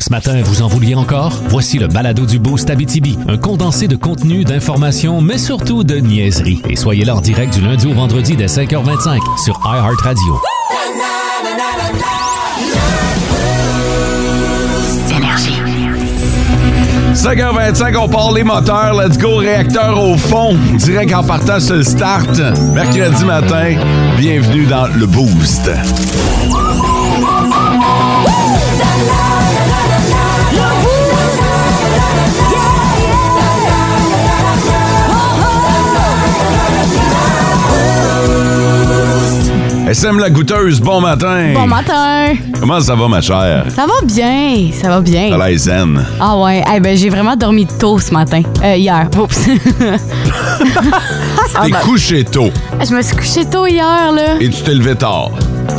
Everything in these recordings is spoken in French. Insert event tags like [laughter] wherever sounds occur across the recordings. Ce matin, vous en vouliez encore? Voici le balado du Boost Abitibi, un condensé de contenu, d'informations, mais surtout de niaiseries. Et soyez là en direct du lundi au vendredi dès 5h25 sur iHeartRadio. Énergie. 5h25, on part les moteurs. Let's go, réacteur au fond. Direct en partant sur le start. Mercredi matin, bienvenue dans le Boost. SM la goûteuse, bon matin. Bon matin! Comment ça va, ma chère? Ça va bien, ça va bien. T'as l'air zen. Ah ouais, eh ben j'ai vraiment dormi tôt ce matin. Euh, hier, oups. [laughs] Ah T'es ben, couché tôt je me suis couchée tôt hier, là. et tu t'es levé tard.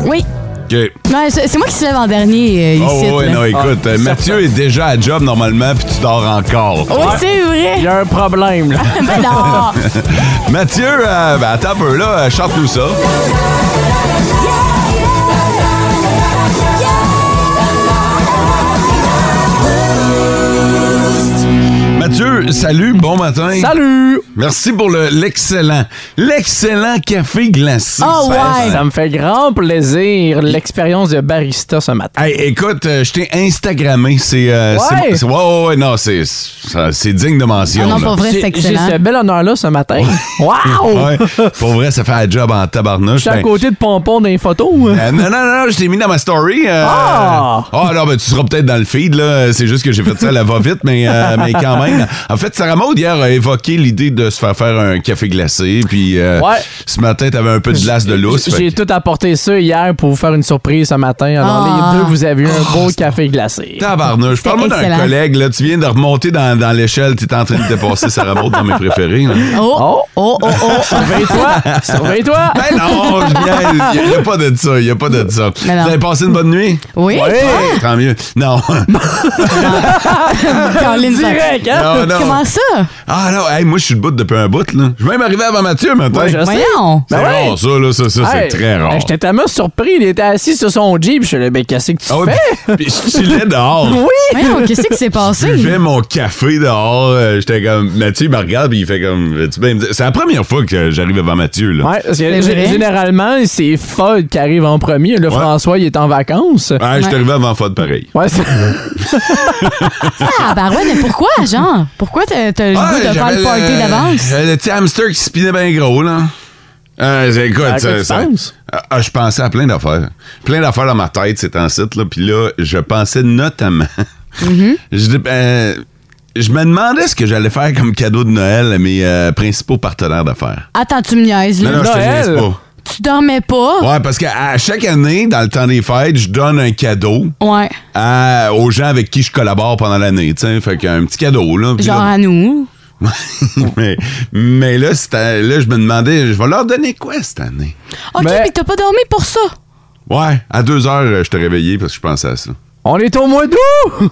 Oui. OK. Ouais, c'est c'est moi qui se lève en dernier, euh, Oh ici. oui, là. non, écoute, euh, Mathieu est déjà à job normalement, puis tu dors encore. Oui, c'est Il vrai. y a un problème, là. [laughs] ben non! Mathieu, euh, ben, attends un peu là, euh, chante-nous ça. Mathieu, salut, bon matin. Salut! Merci pour le- l'excellent, l'excellent café glacé. Oh, ouais. Ah Ça me fait grand plaisir, l'expérience de barista ce matin. Hey, écoute, euh, je t'ai Instagrammé. C'est. euh, Ouais. c'est- c'est- ouais, ouais, ouais, non, c'est ça- c'est digne de mention. Ah non, là. pour vrai, c'est J'ai j'ai excellent. ce bel honneur-là ce matin. Wow! [laughs] Ouais, pour vrai, ça fait un job en Je tabarnouche. suis à Ben, côté de Pompon dans les photos. hein. euh, non, non, non, je t'ai mis dans ma story. euh, Ah! Ah, non, ben, tu seras peut-être dans le feed, là. C'est juste que j'ai fait ça à la va-vite, mais, euh, mais quand même. En fait, Sarah Maud, hier, a évoqué l'idée de se faire faire un café glacé. Puis euh, Ouais. ce matin, t'avais un peu de glace de lousse. fait J'ai que- tout apporté ça hier pour vous faire une surprise ce matin. Alors, Ah. les deux, vous avez eu un beau café glacé. Tabarnouche. C'était Parle-moi d'un excellent. collègue, là. Tu viens de remonter dans, dans l'échelle. T'es en train de dépasser Sarah Maud dans mes préférés, là. Oh! Oh. Oh, oh, oh! [laughs] Surveille-toi! Surveille-toi! Ben non, il n'y a, pas de ça, il n'y a pas de ça. Vous Mais Ben non. avez passé une bonne nuit? Oui, Ouais, Tant mieux. Non. Ben, Caroline, ça- Direct, hein? Non, non. Comment ça? Ah non, hey, moi je suis debout depuis un bout là. Je vais même arriver avant Mathieu matin. Ouais, je sais. [laughs] Voyons! C'est Ben ouais. rare ça, là, ça, ça c'est Hey, Ben, très rare. J'étais tellement surpris, il était assis sur son Jeep, je suis là, ben qu'est-ce que tu ah ben, ouais, fais? puis- puis je chillais [laughs] dehors. Oui! Voyons, qu'est-ce qui s'est Je passé? buvais mon café dehors. euh, J'étais comme Mathieu il me regarde puis il fait comme Veux-tu bien me dire- C'est la première fois que j'arrive avant Mathieu là. Ouais, parce que C'est g- vrai. généralement, c'est Fod qui arrive en premier. Le François, il est en vacances. Ah, je suis Ouais. arrivé avant Fod pareil. Ouais, c'est- [laughs] Ah, ben ouais, mais pourquoi, genre? Pourquoi t'as t'as le Ah, goût de faire j'avais le party d'avance? Le petit hamster qui spinait bien gros là. Euh, c'est- écoute, À quoi ça- tu ça- penses? Ah, ah, je pensais à plein d'affaires. Plein d'affaires dans ma tête, c'est en site, là. Puis là, je pensais [laughs] notamment. Mhm. je, euh, je me demandais ce que j'allais faire comme cadeau de Noël à mes euh, principaux partenaires d'affaires. Attends, tu me niaises, Non, là. non, je te Noël? niaise [laughs] pas. Tu dormais pas? Ouais, parce qu'à chaque année, dans le temps des fêtes, je donne un cadeau Ouais. à- aux gens avec qui je collabore pendant l'année, tu sais. Fait qu'un petit cadeau, là. Puis Genre là- à nous. [laughs] mais, mais là, c'était- là, je me demandais, je vais leur donner quoi cette année? OK, Mais- puis t'as pas dormi pour ça. Ouais, à deux heures, euh, je te réveillais parce que je pensais à ça. On est au mois d'août!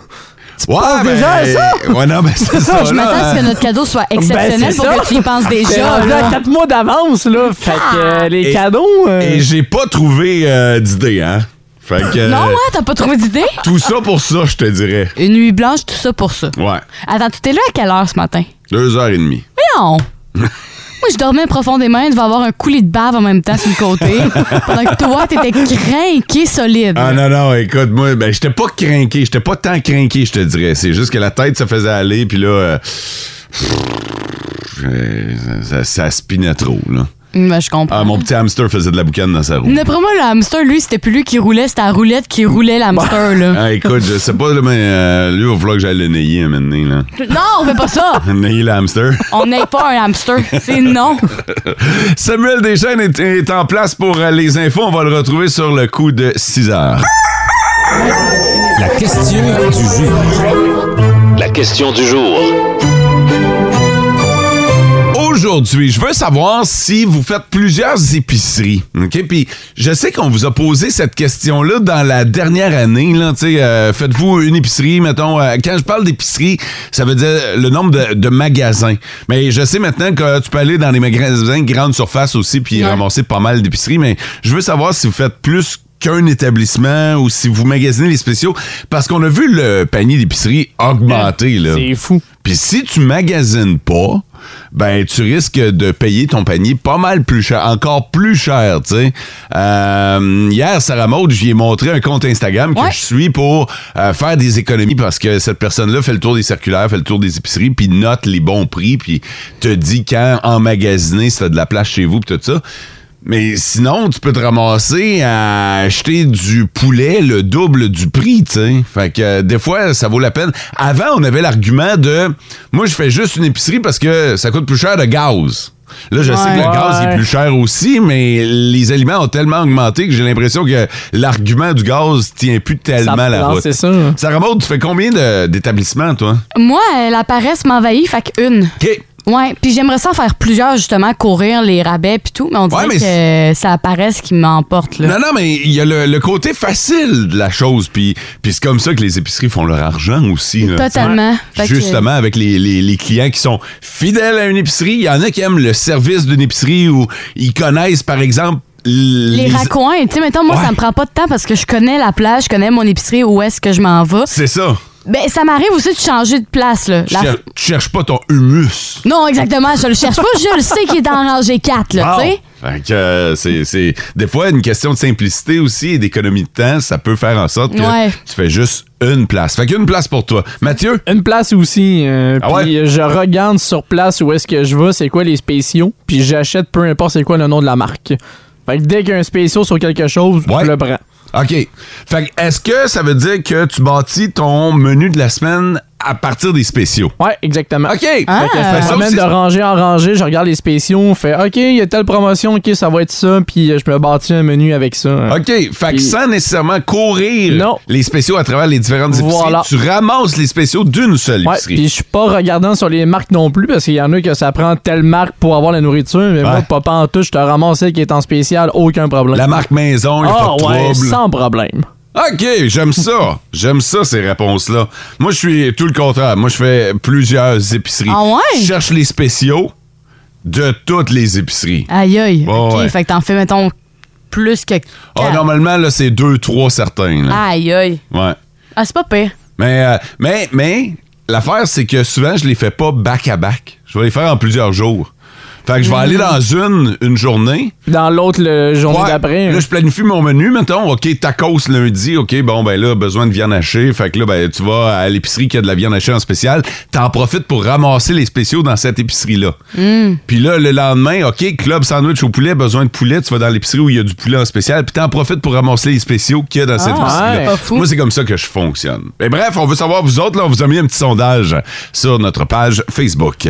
ouais, ben, penses déjà à ça? Ouais, non, mais c'est ça. [laughs] Ah, je là, m'attends à ce euh, que notre cadeau soit exceptionnel Ben, c'est pour ça. que tu y penses C'est déjà. rendu à là. 4 mois d'avance, là. Fait que euh, les Et- cadeaux. euh, Et j'ai pas trouvé euh, d'idée, hein? Fait que. euh, Non, ouais, t'as pas trouvé d'idée? Tout ça pour ça, je te dirais. Une nuit blanche, tout ça pour ça. Ouais. Attends, tu t'es là à quelle heure ce matin? Deux heures et demie. Voyons! [laughs] Moi, je dormais profondément, il devait avoir un coulis de bave en même temps sur le côté. pendant que toi, t'étais craqué solide. Ah non, non, écoute, moi, ben, j'étais pas craqué. J'étais pas tant craqué, je te dirais. C'est juste que la tête se faisait aller, puis là. euh, euh, ça, ça spinait trop, là. Hum, ben, je comprends. Ah, mon petit hamster faisait de la boucane dans sa roue. D'après moi, le hamster, lui, c'était plus lui qui roulait, c'était la roulette qui roulait l'hamster, là. Ah, écoute, je sais pas, là, mais euh, lui, il va falloir que j'aille le nailler un moment donné, là. Non, on fait pas ça! Nailler le hamster. On n'est pas un hamster. C'est non. Samuel Deschênes est, est en place pour euh, les infos. On va le retrouver sur le coup de 6 heures. La question du jour. La question du jour. Aujourd'hui, je veux savoir si vous faites plusieurs épiceries. OK? Puis je sais qu'on vous a posé cette question-là dans la dernière année. Là, Tu sais, euh, faites-vous une épicerie, mettons. euh, quand je parle d'épicerie, ça veut dire le nombre de, de magasins. Mais je sais maintenant que tu peux aller dans les magasins grandes surfaces aussi puis Ouais. ramasser pas mal d'épiceries. Mais je veux savoir si vous faites plus qu'un établissement ou si vous magasinez les spéciaux parce qu'on a vu le panier d'épicerie augmenter. là. C'est fou. Puis si tu magasines pas, ben tu risques de payer ton panier pas mal plus cher, encore plus cher, tu sais. Euh, hier, Sarah Maud, j'y ai montré un compte Instagram que Ouais. je suis pour euh, faire des économies parce que cette personne-là fait le tour des circulaires, fait le tour des épiceries, puis note les bons prix, puis te dit quand emmagasiner si t'as de la place chez vous, puis tout ça. Mais sinon, tu peux te ramasser à acheter du poulet le double du prix, tu sais. Fait que euh, des fois, ça vaut la peine. Avant, on avait l'argument de moi, je fais juste une épicerie parce que ça coûte plus cher de gaz. Là, je sais que le Ouais. gaz il est plus cher aussi, mais les aliments ont tellement augmenté que j'ai l'impression que l'argument du gaz tient plus tellement Ça- la non, route. c'est ça. Sarah Maud, tu fais combien de- d'établissements, toi? Moi, euh, la paresse m'envahit, fait qu'une. OK. Ouais, puis j'aimerais ça en faire plusieurs, justement, courir les rabais puis tout, mais on dirait mais que c'est la paresse qui m'emporte, là. Non, non, mais il y a le, le côté facile de la chose. Puis, puis c'est comme ça que les épiceries font leur argent aussi. là. Totalement. Ouais. Fait que- Justement, avec les, les- les clients qui sont fidèles à une épicerie, il y en a qui aiment le service d'une épicerie où ils connaissent, par exemple, l- Les, raccoins, tu sais, mettons, moi, Ouais. ça me prend pas de temps parce que je connais la plage, je connais mon épicerie, où est-ce que je m'en vais. C'est ça. Ben, ça m'arrive aussi de changer de place, là. Tu, La- cher- tu cherches pas ton humus. Non, exactement, je le cherche pas, je le sais qu'il est en rangée 4, là, Wow. tu sais. Fait que, euh, c'est, c'est- Des fois, une question de simplicité aussi et d'économie de temps, ça peut faire en sorte que Ouais. tu fais juste une place. Fait qu'une place pour toi. Mathieu? Une place aussi. euh, Ah puis je regarde sur place où est-ce que je vais, c'est quoi les spéciaux. Puis j'achète peu importe c'est quoi le nom de la marque. Fait que dès qu'il y a un spéciaux sur quelque chose, Ouais. je le prends. OK. Fait que, est-ce que ça veut dire que tu bâtis ton menu de la semaine à partir des spéciaux? Ouais, exactement. OK. Fait que je me Ah, Ça promène aussi, Ah. de rangée en rangée, je regarde les spéciaux, on fait OK, il y a telle promotion, OK, ça va être ça, puis euh, je me bâtis un menu avec ça. hein. OK. Fait que Puis- sans nécessairement courir Non. les spéciaux à travers les différentes épiceries, Voilà. tu ramasses les spéciaux d'une seule Ouais, épicerie. puis je suis pas regardant sur les marques non plus parce qu'il y en a que ça prend telle marque pour avoir la nourriture, mais moi, Ouais. papa en tout, je te ramasse celle qui est en spécial, aucun problème. La marque maison, il n'y a Ah pas de ouais, trouble. sans problème. OK, j'aime ça. J'aime ça, ces réponses-là. Moi, je suis tout le contraire. Moi, je fais plusieurs épiceries. Ah ouais? Je cherche les spéciaux de toutes les Ah. épiceries. Aïe, aïe. Bon, OK, ouais. fait que t'en fais, mettons, plus que Ah, quatre. normalement, là, c'est deux, trois certains. là. Aïe, aïe. Ouais. Ah, c'est pas pire. Mais, euh, mais, mais l'affaire, c'est que souvent, je les fais pas back-à-back. Je vais les faire en plusieurs jours. Fait que je vais aller dans une, une journée. Dans l'autre le journée Ouais. d'après. Là, hein. je planifie mon menu, mettons. OK, tacos lundi. OK, bon, ben là, besoin de viande hachée. Fait que là, ben, tu vas à l'épicerie qui a de la viande hachée en spécial. T'en profites pour ramasser les spéciaux dans cette épicerie-là. Hmm. Puis là, le lendemain, OK, club sandwich au poulet, besoin de poulet. Tu vas dans l'épicerie où il y a du poulet en spécial. Puis t'en profites pour ramasser les spéciaux qu'il y a dans cette Ah, épicerie-là. ouais. Pas fou. Moi, c'est comme ça que je fonctionne. Mais bref, on veut savoir, vous autres, là, on vous a mis un petit sondage sur notre page Facebook.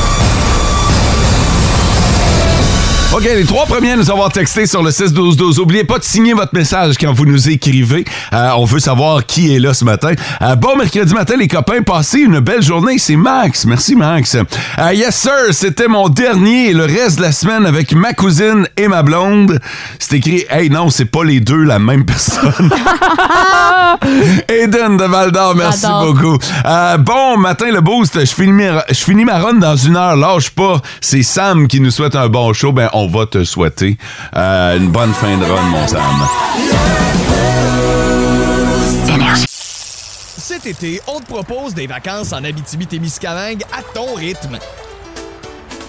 OK, les trois premiers à nous avoir texté sur le 6-12-12. Oubliez pas de signer votre message quand vous nous écrivez. Euh, on veut savoir qui est là ce matin. Euh, bon mercredi matin, les copains. Passez une belle journée. C'est Max. Merci, Max. Euh, yes, sir. C'était mon dernier et le reste de la semaine avec ma cousine et ma blonde. C'est écrit, hey, non, c'est pas les deux la même personne. Aiden de Val d'Or, merci J'adore. beaucoup. Euh, bon matin, le boost. Je finis, ma- je finis ma run dans une heure. Lâche pas. C'est Sam qui nous souhaite un bon show. Ben, on va te souhaiter euh, une bonne fin de run, mon Sam. Cet été, on te propose des vacances en Abitibi-Témiscamingue à ton rythme.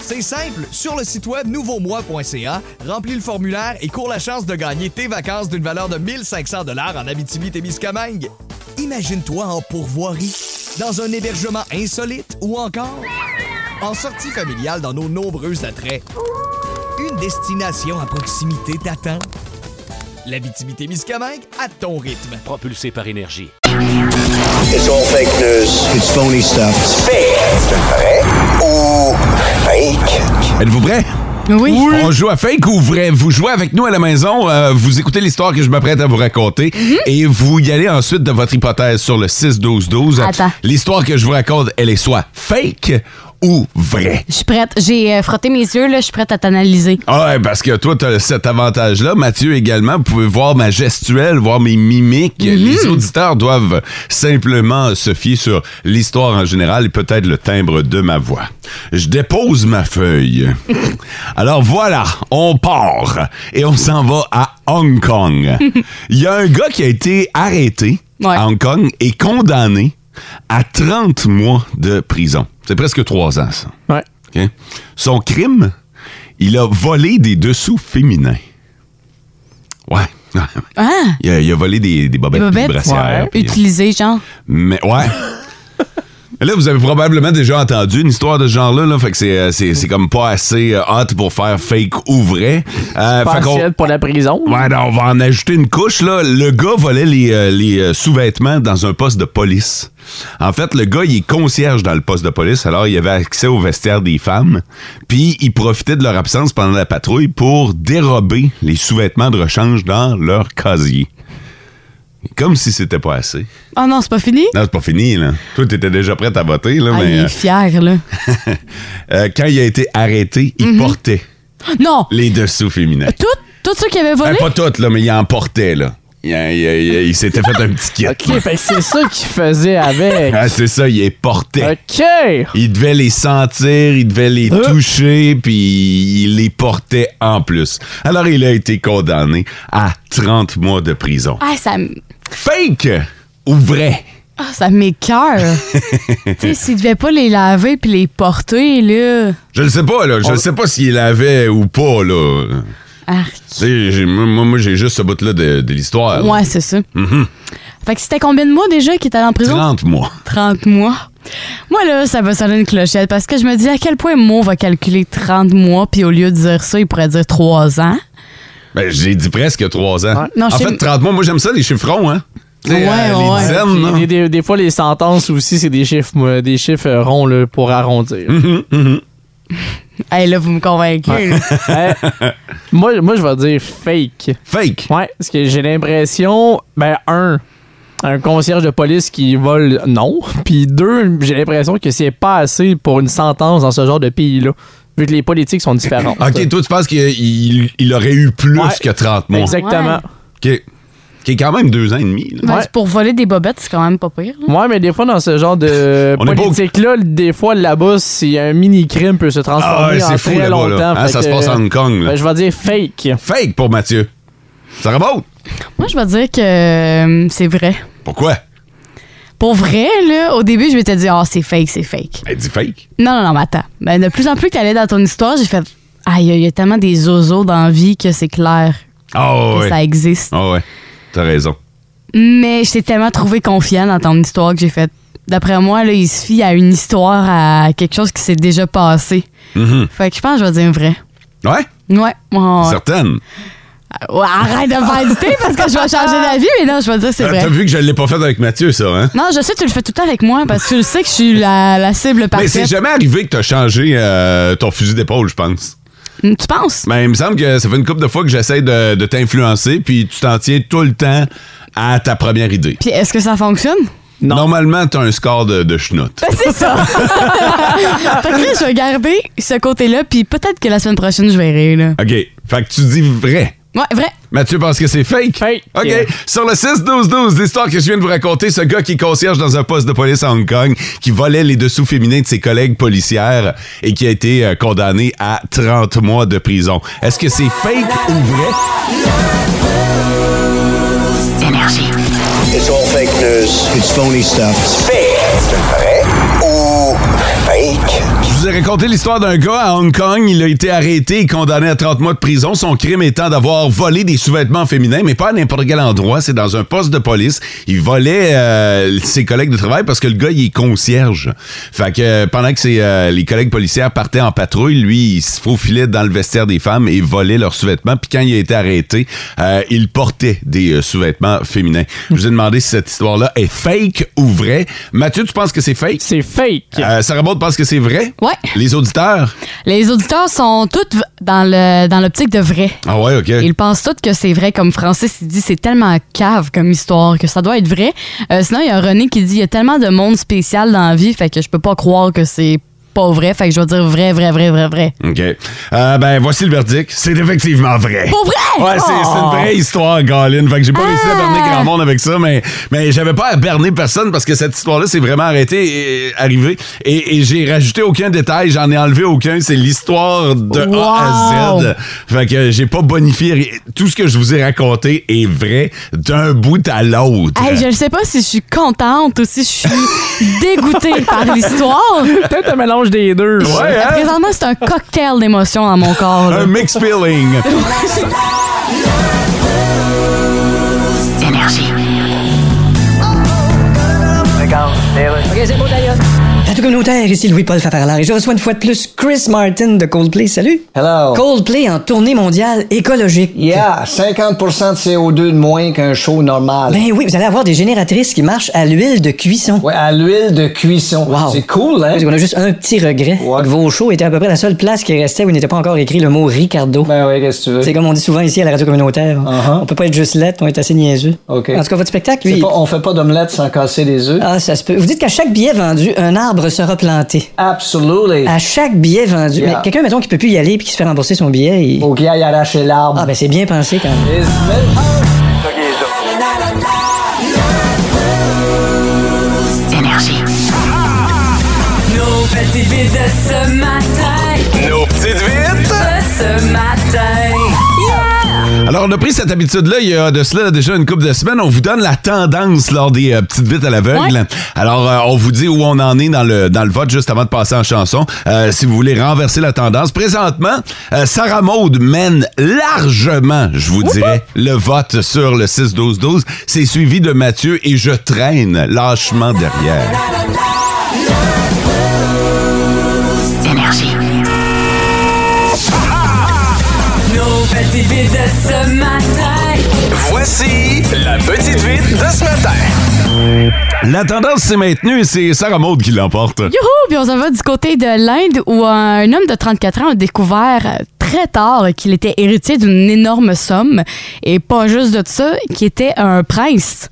C'est simple, sur le site web nouveaumois.ca, remplis le formulaire et cours la chance de gagner tes vacances d'une valeur de 1500 dollars en Abitibi-Témiscamingue. Imagine-toi en pourvoirie, dans un hébergement insolite ou encore en sortie familiale dans nos nombreux attraits. Une destination à proximité t'attend. L'Abitibi-Témiscamingue à ton rythme. Propulsé par énergie. It's all fake news. It's phony stuff. C'est vrai ou fake? Êtes-vous prêts? Oui. On joue à fake ou vrai. Vous jouez avec nous à la maison, euh, vous écoutez l'histoire que je m'apprête à vous raconter Mhm. et vous y allez ensuite de votre hypothèse sur le 6-12-12. Attends. L'histoire que je vous raconte, elle est soit fake ou vraie. Je suis prête. J'ai euh, frotté mes yeux, là. Je suis prête à t'analyser. Ah ouais, parce que toi, t'as cet avantage-là. Mathieu également, vous pouvez voir ma gestuelle, voir mes mimiques. Les auditeurs doivent simplement se fier sur l'histoire en général et peut-être le timbre de ma voix. Je dépose ma feuille. Alors voilà, on part et on s'en va à Hong Kong. Il y a un gars qui a été arrêté Ouais. à Hong Kong et condamné à 30 mois de prison. C'est presque trois ans, ça. Ouais. OK? Son crime, il a volé des dessous féminins. Ouais. [laughs] Ah! Il a, il a volé des, des bobettes, Des des, bobettes? brassières. Ouais. puis- euh, Utiliser, genre. mais [laughs] ouais. Mais Là, vous avez probablement déjà entendu une histoire de ce genre-là, là, fait que c'est, euh, c'est, c'est comme pas assez euh, hot pour faire fake ou vrai. Euh, Pas fait qu'on- assez pour la prison. Ouais, non, on va en ajouter une couche, là. Le gars volait les, euh, les, euh, sous-vêtements dans un poste de police. En fait, le gars, il est concierge dans le poste de police, alors il avait accès au vestiaire des femmes, puis il profitait de leur absence pendant la patrouille pour dérober les sous-vêtements de rechange dans leur casier. Comme si c'était pas assez. Oh non, c'est pas fini? Non, c'est pas fini, là. Toi, t'étais déjà prête à voter, là, Ah, mais il euh, est [laughs] fier, là. euh, quand il a été arrêté, il portait Non! Euh, les dessous féminins. Tout, tout ceux qui avaient Ben, volé? pas toutes, là, mais il en portait, là. Il, a- il a- il a- il s'était fait un petit kit. Ok, fait que c'est ça qu'il [laughs] faisait avec. Ah, c'est ça, il les portait. Ok! Il devait les sentir, il devait les toucher, puis il les portait en plus. Alors, il a été condamné à 30 mois de prison. Ah, ça, m- Fake ou vrai? ah, ça m'écœure. [laughs] tu sais, s'ils devaient pas les laver puis les porter, là. Je le sais pas, là. Je ne sais pas s'il l'avait ou pas, là. Arc. Tu sais, j'ai- moi, moi, j'ai juste ce bout-là de, de l'histoire. là. Ouais, c'est ça. Mm-hmm. Fait que c'était combien de mois déjà qui était en prison? 30 mois. 30 mois. Moi, là, ça va sonner une clochette parce que je me dis à quel point Mo va calculer 30 mois, puis au lieu de dire ça, il pourrait dire 3 ans. Ben, j'ai dit presque 3 ans. Ouais. Non, en je sais- fait, 30 mois, moi, j'aime ça, les chiffrons, hein. Tu sais, Ouais, les ouais. dizaines, là. Des, des- des fois, les sentences aussi, c'est des chiffres, euh, des chiffres euh, ronds là, pour [laughs] arrondir. Hey, là, vous me convainquez. là. Hey, Ben, moi, moi, je vais dire fake. Fake. Ouais, parce que j'ai l'impression, ben, un, un concierge de police qui vole, non. [laughs] Puis deux, j'ai l'impression que c'est pas assez pour une sentence dans ce genre de pays-là, vu que les politiques sont différentes. OK, toi, tu penses qu'il il- il aurait eu plus Ouais. que 30 mois. Exactement. OK. Qui est quand même deux ans et demi. là. Ben, Ouais. c'est Pour voler des bobettes, c'est quand même pas pire. là. Ouais, mais des fois, dans ce genre de [laughs] On est pas au- politique-là, des fois, là-bas, c'est un mini-crime peut se Ah transformer ouais, en c'est fou très là-bas. longtemps. Là. Hein, Fait ça se que, passe à Hong Kong. là. ben, je vais dire fake. Fake pour Mathieu. Ça remonte. Moi, je vais dire que euh, c'est vrai. Pourquoi? Pour vrai, là, au début, je m'étais dit, ah, c'est fake, c'est fake. Elle dit Ben, fake. Non, non, non, mais attends. Ben, de plus en plus que t'allais dans ton histoire, j'ai fait, aïe, il y a tellement des zozos dans la vie que c'est clair Ah que ouais. ça existe. Ah ouais. T'as raison. Mais je t'ai tellement trouvé confiant dans ton histoire que j'ai fait. D'après moi, là, il se fie à une histoire, à quelque chose qui s'est déjà passé. Mhm. Fait que je pense que je vais dire vrai. Ouais? Ouais. ouais. Certaine. Ouais, arrête de me faire hésiter parce que je vais changer d'avis, mais non, je vais dire c'est Euh, vrai. T'as vu que je l'ai pas fait avec Mathieu, ça, hein? Non, je sais, tu le fais tout le temps avec moi parce que tu le sais que je suis la, la cible Mais c'est parfaite. jamais arrivé que t'as changé euh, ton fusil d'épaule, je pense. Tu penses? Ben, il me semble que ça fait une couple de fois que j'essaie de, de t'influencer, puis tu t'en tiens tout le temps à ta première idée. Puis est-ce que ça fonctionne? Non. Normalement, t'as un score de, de schnout. Ben, c'est ça. [laughs] fait que là, je vais garder ce côté-là, puis peut-être que la semaine prochaine, je verrai, là. OK. Fait que tu dis vrai. Ouais, vrai. Mathieu pense que c'est fake. Fake. OK. Yeah. Sur le 6-12-12, l'histoire que je viens de vous raconter, ce gars qui est concierge dans un poste de police à Hong Kong, qui volait les dessous féminins de ses collègues policières et qui a été euh, condamné à 30 mois de prison. Est-ce que c'est fake ou vrai? It's all fake news. It's phony stuff. C'est vrai ou fake? Je vous ai raconté l'histoire d'un gars à Hong Kong. Il a été arrêté et condamné à 30 mois de prison. Son crime étant d'avoir volé des sous-vêtements féminins, mais pas à n'importe quel endroit. C'est dans un poste de police. Il volait euh, ses collègues de travail parce que le gars, il est concierge. Fait que euh, pendant que ses, euh, les collègues policières partaient en patrouille, lui, il se faufilait dans le vestiaire des femmes et volait leurs sous-vêtements. Puis quand il a été arrêté, euh, il portait des euh, sous-vêtements féminins. Je vous ai demandé si cette histoire-là est fake ou vraie. Mathieu, tu penses que c'est fake? C'est fake. Euh, Sarah Maud autres pensent que c'est vrai? Ouais. Les auditeurs? Les auditeurs sont tous v- dans le dans l'optique de vrai. Ah ouais, OK. Ils pensent tous que c'est vrai, comme Francis il dit, c'est tellement cave comme histoire que ça doit être vrai. Euh, sinon, il y a René qui dit, il y a tellement de monde spécial dans la vie, fait que je peux pas croire que c'est pas vrai, fait que je vais dire vrai, vrai, vrai, vrai, vrai. OK. Euh, ben, voici le verdict. C'est effectivement vrai. Pour vrai! Oh! Ah! Ouais, c'est c'est une vraie histoire, Galine. Fait que j'ai pas réussi à berner grand monde avec ça, mais, mais j'avais pas à berner personne parce que cette histoire-là c'est vraiment arrêté et arrivée. Et, et j'ai rajouté aucun détail, j'en ai enlevé aucun. C'est l'histoire de A à Wow! Z. Fait que j'ai pas bonifié. ri- Tout ce que je vous ai raconté est vrai d'un bout à l'autre. Hey, je ne sais pas si je suis contente ou si je suis dégoûtée par l'histoire. Euh, Peut-être un mélange des deux. Ouais, hein? Euh. Présentement, c'est un cocktail d'émotions dans mon corps. là. Un mixed feeling. [laughs] Plateau communautaire, ici Louis-Paul Fafarlard et je reçois une fois de plus Chris Martin de Coldplay. Salut! Hello. Coldplay en tournée mondiale écologique. Yeah, 50 de CO2 de moins qu'un show normal. Ben oui, vous allez avoir des génératrices qui marchent à l'huile de cuisson. Ouais, à l'huile de cuisson. Wow. C'est cool, hein? Parce qu'on a juste un petit regret. Ouais. Que Vos shows étaient à peu près la seule place qui restait où il n'était pas encore écrit le mot Ricardo. Ben oui, qu'est-ce que tu veux? C'est comme on dit souvent ici à la radio communautaire. Uh-huh. On peut pas être juste lettre, on est assez niaiseux. OK. En tout cas, votre spectacle, C'est lui. pas- on fait pas d'omelette sans casser les œufs. Ah, ça se peut. Vous dites qu'à chaque billet vendu, un arbre sera planté. Absolutely. À chaque billet vendu. Yeah. Oh. Mais quelqu'un, mettons, qui peut plus y aller puis qui se fait rembourser son billet, il- Au gars, il arrache l'arbre. Ah, ben c'est bien pensé quand même. Is it- Nos petites vites de ce matin, Nos petites vites. de ce matin. Yeah! Alors, on a pris cette habitude-là il y a de cela déjà une couple de semaines. On vous donne la tendance lors des euh, petites vites à l'aveugle. Alors, euh, on vous dit où on en est dans le, dans le vote juste avant de passer en chanson. Euh, si vous voulez renverser la tendance, présentement, euh, Sarah Maud mène largement, je vous dirais, le vote sur le 6-12-12. C'est suivi de Mathieu et je traîne lâchement derrière. Nos petites vites de ce matin, Voici la petite vite de ce matin. La tendance s'est maintenue et c'est Sarah Maud qui l'emporte. Youhou! Puis on s'en va du côté de l'Inde où un homme de 34 ans a découvert euh, très tard qu'il était héritier d'une énorme somme et pas juste de ça, qu'il était un prince.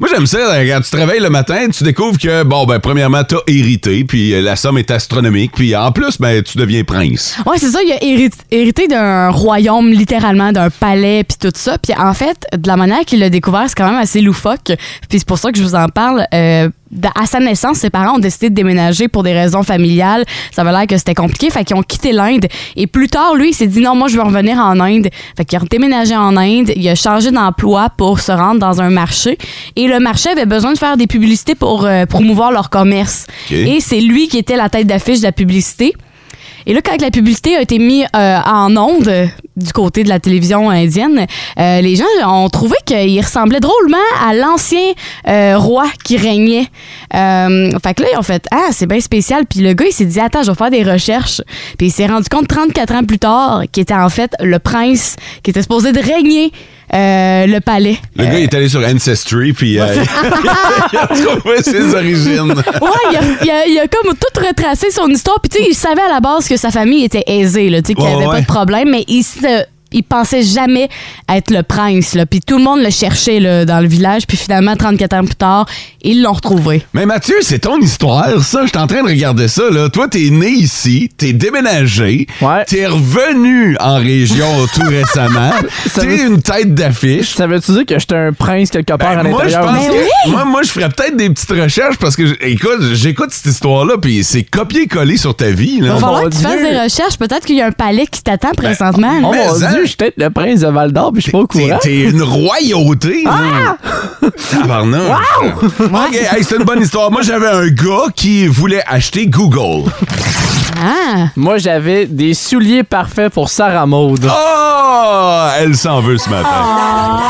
Moi, j'aime ça. euh, Quand tu travailles le matin, tu découvres que, bon, ben, premièrement, t'as hérité, puis euh, la somme est astronomique, puis en plus, ben, tu deviens prince. Ouais, c'est ça, il a hérit- hérité d'un royaume, littéralement, d'un palais, puis tout ça. Puis en fait, de la manière qu'il l'a découvert, c'est quand même assez loufoque. Puis c'est pour ça que je vous en parle. Euh, d- à sa naissance, ses parents ont décidé de déménager pour des raisons familiales. Ça avait l'air que c'était compliqué, fait qu'ils ont quitté l'Inde. Et plus tard, lui, il s'est dit non, moi, je veux revenir en Inde. Fait qu'il a déménagé en Inde, il a changé d'emploi pour se rendre dans un marché. Et le marché avait besoin de faire des publicités pour euh, promouvoir leur commerce. OK. Et c'est lui qui était la tête d'affiche de la publicité. Et là, quand la publicité a été mise euh, en onde euh, du côté de la télévision indienne, euh, les gens ont trouvé qu'il ressemblait drôlement à l'ancien euh, roi qui régnait. Euh, fait que là, ils ont fait Ah, c'est bien spécial. Puis le gars, il s'est dit Attends, je vais faire des recherches. Puis il s'est rendu compte 34 ans plus tard qu'il était en fait le prince qui était supposé de régner euh, le palais. Le gars est allé sur Ancestry, puis euh, [laughs] il a trouvé ses origines. Ouais, il a, il a- il a comme tout retracé son histoire. Puis tu sais, il savait à la base que sa famille était aisée, là, tu sais, qu'il n'y Ouais, avait ouais. pas de problème, mais il se- Il pensait jamais être le prince. Là. Puis tout le monde le cherchait là, dans le village. Puis finalement, 34 ans plus tard, ils l'ont retrouvé. Mais Mathieu, c'est ton histoire, ça. Je suis en train de regarder ça, là. Toi, t'es né ici, t'es déménagé, Ouais. t'es revenu en région tout récemment, [laughs] Ça t'es veut- une tête d'affiche. Ça veut-tu dire que j'étais un prince quelque part à Ben, moi, je l'intérieur? pense Mais que- oui! moi, moi, je ferais peut-être des petites recherches parce que, j- écoute, j'écoute cette histoire-là, puis c'est copier-coller sur ta vie. Là. Il va falloir que tu Dieu. fasses des recherches. Peut-être qu'il y a un palais qui t'attend Ben, présentement. là. Oh Mais mon hein? dieu, je suis peut-être le prince de Val d'Or, puis je suis pas au T'es- courant. T'es une royauté! Ah! OK, hey, c'est une bonne histoire. Moi, j'avais un gars qui voulait acheter Google. Ah! Moi, j'avais des souliers parfaits pour Sarah Maud. Ah, Oh! Elle s'en veut ce matin. Ah.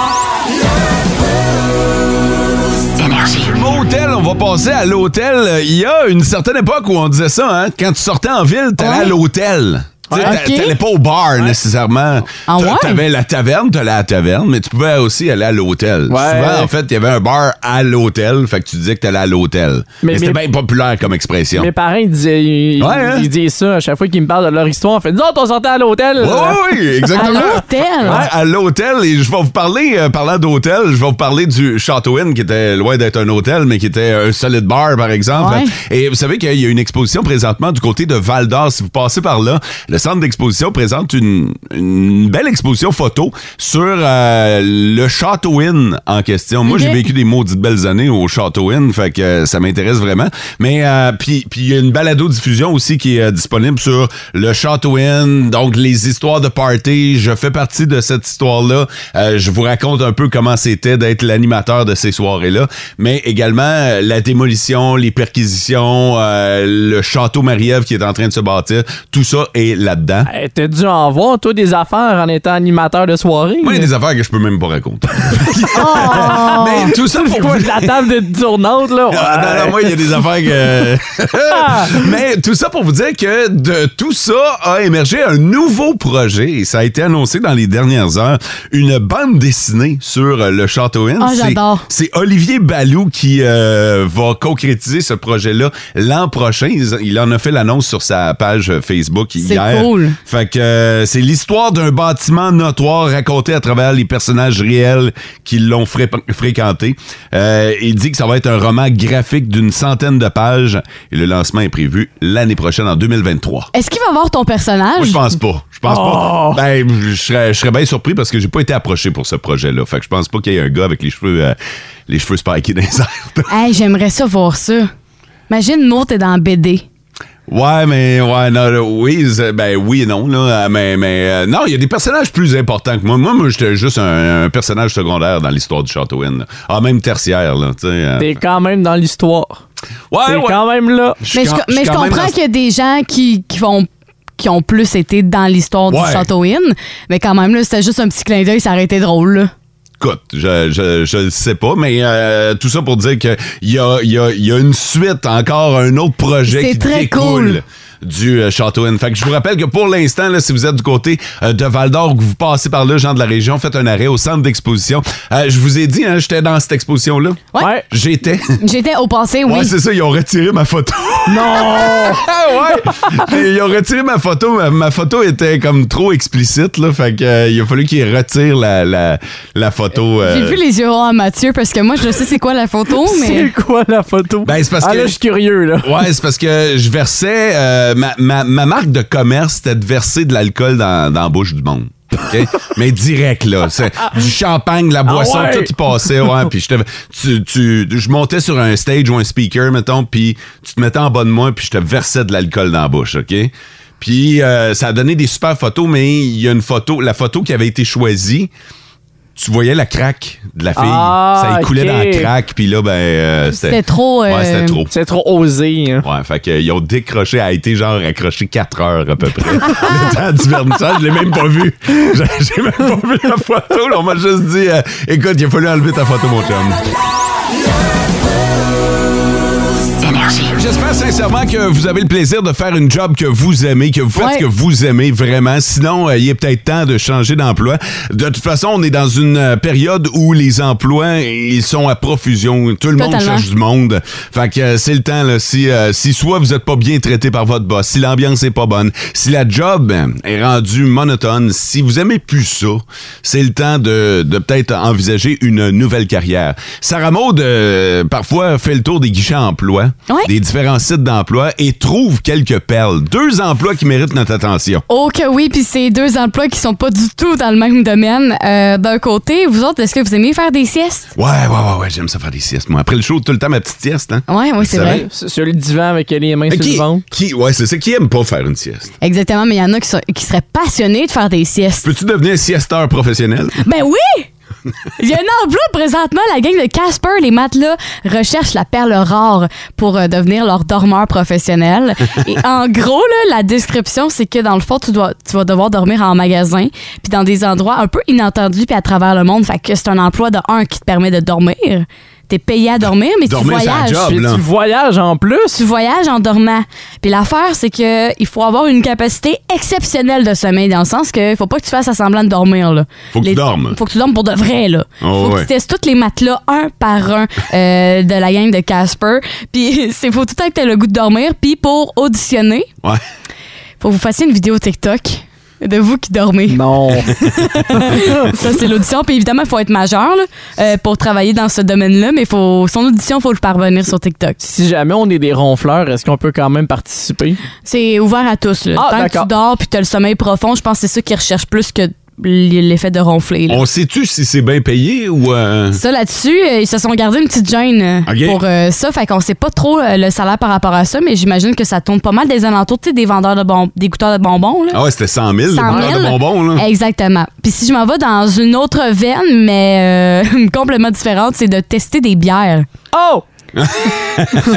Motel, on va passer à l'hôtel. Il y a une certaine époque où on disait ça, hein? Quand tu sortais en ville, t'allais à l'hôtel. Tu sais, t'a- Ok. T'allais pas au bar nécessairement. Ah T'a- ouais? T'avais la taverne, t'allais à la taverne, mais tu pouvais aussi aller à l'hôtel. Souvent, en fait, il y avait un bar à l'hôtel, fait que tu disais que t'allais à l'hôtel. Mais, Mais- c'était mais- bien populaire comme expression. Mes parents, ils disaient, ils, Ouais, hein? ils disaient ça à chaque fois qu'ils me parlent de leur histoire. On fait, nous autres, on sortait à l'hôtel. Oui, oui, exactement. Ouais, à l'hôtel. Et je vais vous parler, euh, parlant d'hôtel, je vais vous parler du Château Inn, qui était loin d'être un hôtel, mais qui était un solide bar, par exemple. Ouais. Et vous savez qu'il y a une exposition présentement du côté de Val d'Or. Si vous passez par là, le centre d'exposition présente une, une belle exposition photo sur euh, le Château Inn en question. Moi, Ok. j'ai vécu des maudites belles années au Château Inn, fait que euh, ça m'intéresse vraiment. Mais euh, puis puis il y a une balado diffusion aussi qui est euh, disponible sur le Château Inn, donc les histoires de party. Je fais partie de cette histoire-là. Euh, je vous raconte un peu comment c'était d'être l'animateur de ces soirées-là, mais également euh, la démolition, les perquisitions, euh, le Château Marie-Ève qui est en train de se bâtir. Tout ça est là-dedans. Eh, T'as dû en voir, toi, des affaires en étant animateur de soirée. Moi, il y a des affaires que je peux même pas raconter. [laughs] [laughs] Oh! Mais tout [laughs] ça pourquoi la table de tournante là. Ah, non, non, moi, il y a [laughs] des affaires Ah! que. Mais tout ça pour vous dire que de tout ça a émergé un nouveau projet. Et Ça a été annoncé dans les dernières heures. Une bande dessinée sur euh, le Château Inn. Ah, C'est- j'adore. C'est Olivier Balou qui euh, va concrétiser ce projet-là l'an prochain. Il, il en a fait l'annonce sur sa page Facebook hier. cool. Fait que euh, c'est l'histoire d'un bâtiment notoire raconté à travers les personnages réels qui l'ont fré- fréquenté. Euh, il dit que ça va être un roman graphique d'une centaine de pages et le lancement est prévu l'année prochaine en 2023. Est-ce qu'il va voir ton personnage? Moi, je pense pas. Je pense pas. Ben, je serais, je serais bien surpris parce que j'ai pas été approché pour ce projet-là. Fait que je pense pas qu'il y ait un gars avec les cheveux, euh, les cheveux spikés dans les airs. Hey, j'aimerais ça voir ça. Imagine, Maud est dans BD. Ouais, mais ouais, non, là, oui, c'est- ben oui et non, là, euh, mais, mais euh, non, il y a des personnages plus importants que moi. Moi, moi, j'étais juste un, un personnage secondaire dans l'histoire du Château Inn. là. Ah, même tertiaire, là, tu sais. euh. T'es quand même dans l'histoire. Ouais, T'es Ah, ouais. quand même là. Mais je, mais je comprends qu'il y a des gens qui, qui vont- qui ont plus été dans l'histoire Ouais. du Château Inn, mais quand même, là, c'était juste un petit clin d'œil, ça aurait été drôle. là. Écoute, je, je, je le sais pas, mais euh, tout ça pour dire qu'il y a, il y, a, il y a une suite, encore un autre projet C'est qui très découle du euh, Château Inn. Fait que je vous rappelle que pour l'instant, là, si vous êtes du côté euh, de Val d'Or ou que vous passez par là, gens de la région, faites un arrêt au centre d'exposition. Euh, je vous ai dit, hein, j'étais dans cette exposition-là. Ouais. J'étais. [laughs] J'étais au passé, oui. Ouais, c'est ça, ils ont retiré ma photo. [laughs] Non! [laughs] Et ils ont retiré ma photo. Ma, ma photo était comme trop explicite, là. Fait que, euh, il a fallu qu'ils retirent la, la, la photo. euh, J'ai vu les yeux ronds à Mathieu parce que moi, je sais c'est quoi la photo, mais. [laughs] C'est quoi la photo? Ben, c'est parce Ah, que. là, je suis curieux, là. Ouais, c'est parce que je versais. euh, ma, ma, ma marque de commerce, c'était de verser de l'alcool dans, dans la bouche du monde. [laughs] OK? Mais direct, là. C'est du champagne, de la Ah boisson, ouais? tout y passait. Ouais, puis j'étais- tu, tu, je montais sur un stage ou un speaker, mettons, puis tu te mettais en bas de moi, puis je te versais de l'alcool dans la bouche, OK? Puis euh, ça a donné des super photos, mais il y a une photo, la photo qui avait été choisie, tu voyais la craque de la fille. Ah, ça écoulait ok. dans la craque, puis là, ben. euh, C'était trop, euh, Ouais, c'était trop. C'était trop osé. hein. Ouais, fait qu'ils ont décroché, a été genre accroché 4 heures à peu près. [laughs] le temps du vernissage, je l'ai même pas vu. [laughs] J'ai j'ai même pas vu la photo. là. on m'a juste dit, euh, écoute, il a fallu enlever ta photo, mon chum. J'espère sincèrement que vous avez le plaisir de faire une job que vous aimez, que vous faites ce que vous aimez vraiment. Sinon, euh, il est peut-être temps de changer d'emploi. De toute façon, on est dans une euh, période où les emplois, ils sont à profusion. Tout le monde Totalement. cherche du monde. Fait que euh, c'est le temps, là, si, euh, si soit vous êtes pas bien traité par votre boss, si l'ambiance est pas bonne, si la job euh, est rendue monotone, si vous aimez plus ça, c'est le temps de, de peut-être envisager une nouvelle carrière. Sarah Maud, euh, parfois, fait le tour des guichets emploi, des différents sites d'emploi et trouve quelques perles. Deux emplois qui méritent notre attention. Oh que oui, puis c'est deux emplois qui sont pas du tout dans le même domaine. Euh, D'un côté, vous autres, est-ce que vous aimez faire des siestes? Ouais, ouais, ouais, ouais, j'aime ça faire des siestes, moi. Après le show, tout le temps, ma petite sieste, hein? Ouais, ouais, Vous c'est savez? vrai. Sur le divan avec les mains Mais sur qui, le ventre. qui, ouais, c'est ça. Qui aime pas faire une sieste? Exactement, mais il y en a qui, sont- qui seraient passionnés de faire des siestes. Peux-tu devenir siesteur professionnel? Ben oui! Il y a un emploi présentement, la gang de Casper, les matelas, recherchent la perle rare pour euh, devenir leur dormeur professionnel. [laughs] Et en gros, là, la description, c'est que dans le fond, tu, dois, tu vas devoir dormir en magasin, puis dans des endroits un peu inentendus, puis à travers le monde. Fait que c'est un emploi de un qui te permet de dormir. T'es payé à dormir, mais Dormir, tu c'est un voyages. Ah, job, Puis là. tu voyages en plus. Tu voyages en dormant. Puis l'affaire, c'est que il faut avoir une capacité exceptionnelle de sommeil, dans le sens que faut pas que tu fasses à semblant de dormir. Là. Faut que Les- tu dormes. Faut que tu dormes pour de vrai. Là. Oh, faut que ouais. tu testes tous les matelas un [laughs] par un euh, de la gang de Casper. Puis [laughs] c'est faut tout le temps que t'aies le goût de dormir. Puis pour auditionner, Ouais. faut que vous fassiez une vidéo TikTok de vous qui [laughs] dormez. Non. ça, c'est l'audition. Puis évidemment, il faut être majeur là, euh, pour travailler dans ce domaine-là, mais faut, son audition, il faut le parvenir sur TikTok. Si jamais on est des ronfleurs, est-ce qu'on peut quand même participer? C'est ouvert à tous. Là. Ah, Tant que d'accord. tu dors puis tu as le sommeil profond, je pense que c'est ça qu'ils recherchent plus que l'effet de ronfler. là. On sait-tu si c'est bien payé ou. euh, Ça, là-dessus, euh, ils se sont gardés une petite gêne euh, Ok. pour euh, ça. Fait qu'on sait pas trop euh, le salaire par rapport à ça, mais j'imagine que ça tourne pas mal des alentours, tu sais, des vendeurs de bonbons, des goûteurs de bonbons. Là. Ah ouais, c'était 100 000, le 100 000. vendeur de bonbons, Eh. là. Exactement. Puis si je m'en vais dans une autre veine, mais euh, [laughs] complètement différente, c'est de tester [laughs] des bières. Oh!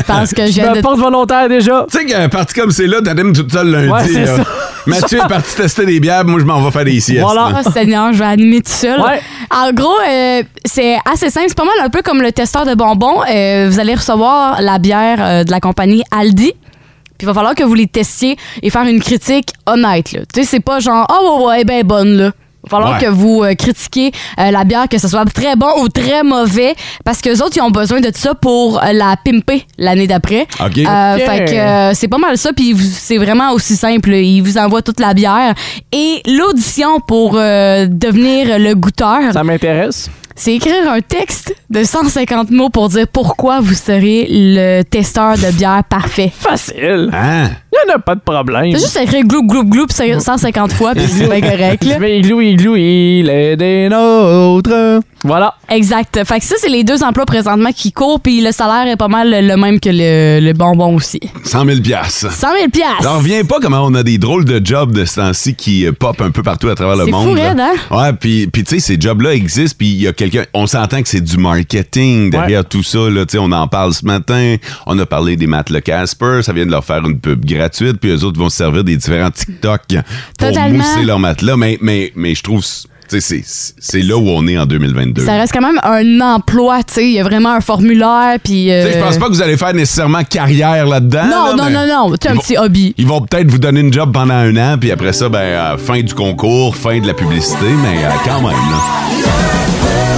Parce que je viens me de- porte volontaire déjà. Tu sais qu'un parti comme c'est là, t'animes toute seule lundi. Ouais, c'est là. ça. Mathieu est parti tester des bières, moi je m'en vais faire des siestes. là. Oh, Seigneur, je vais animer tout seul. Ouais. En gros, euh, c'est assez simple. C'est pas mal un peu comme le testeur de bonbons. Euh, vous allez recevoir la bière euh, de la compagnie Aldi. Puis il va falloir que vous les testiez et faire une critique honnête. là. Tu sais, c'est pas genre, oh, ouais, ouais, elle est bien bonne, là. Il va falloir Ouais. que vous euh, critiquiez euh, la bière, que ce soit très bon ou très mauvais, parce que autres, ils ont besoin de ça pour euh, la pimper l'année d'après. Ok. Euh, Ok. Fait que euh, c'est pas mal ça, puis ils vous- c'est vraiment aussi simple. Ils vous envoient toute la bière. Et l'audition pour euh, devenir le goûteur. Ça m'intéresse. C'est écrire un texte de 150 mots pour dire pourquoi vous serez le testeur de bière parfait. Facile. Hein? Il n'y en a pas de problème. C'est juste écrire glou glou glou puis c'est 150 fois puis c'est bien [laughs] correct. là. Mais igloo, igloo, il est des nôtres. Voilà. Exact. Fait que ça, c'est les deux emplois présentement qui courent, puis le salaire est pas mal le même que le, le bonbon aussi. 100 000 piastres. 100 000 piastres. J'en reviens pas comment on a des drôles de jobs de ce temps-ci qui euh, pop un peu partout à travers le C'est fou monde. là. raide, hein? Ouais, puis puis tu sais, ces jobs-là existent, puis il y a quelqu'un. On s'entend que c'est du marketing derrière tout ça. Là, Tu sais, on en parle ce matin. On a parlé des matelas Casper. Ça vient de leur faire une pub gratuite, puis eux autres vont se servir des différents TikTok pour Totalement. mousser leur matelas. Mais, mais, mais je trouve, tu sais, c'est- c'est là où on est en 2022. Ça reste quand même un emploi, tu sais. Il y a vraiment un formulaire, puis. euh, Tu sais, Je pense pas que vous allez faire nécessairement carrière là-dedans. Non, là, non, Ah, mais- non, non. Tu sais, un Ils vont- petit hobby. Ils vont peut-être vous donner une job pendant un an, puis après ça, ben, euh, fin du concours, fin de la publicité, mais euh, quand même. là.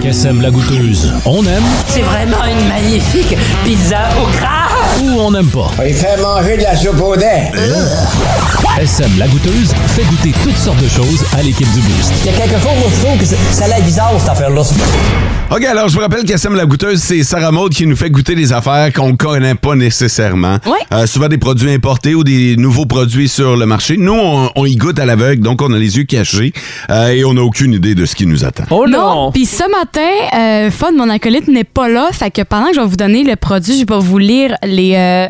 Qu'aime la goûteuse? On aime C'est vraiment une magnifique pizza au gras. ou on n'aime pas? Il fait manger de la soupe au dent. SM la goûteuse fait goûter toutes sortes de choses à l'équipe du Boost. Il y a quelque chose, moi, je trouve que c'est- ça a l'air bizarre, cette affaire-là. OK, alors je vous rappelle qu'SM la goûteuse, c'est Sarah Maud qui nous fait goûter des affaires qu'on connaît pas nécessairement. Euh, Oui. souvent des produits importés ou des nouveaux produits sur le marché. Nous, on, on y goûte à l'aveugle, donc on a les yeux cachés euh, et on n'a aucune idée de ce qui nous attend. Oh Non, puis ce matin, euh, Fun, mon acolyte, n'est pas là. Fait que pendant que je vais vous donner le produit, je vais vous lire les, euh,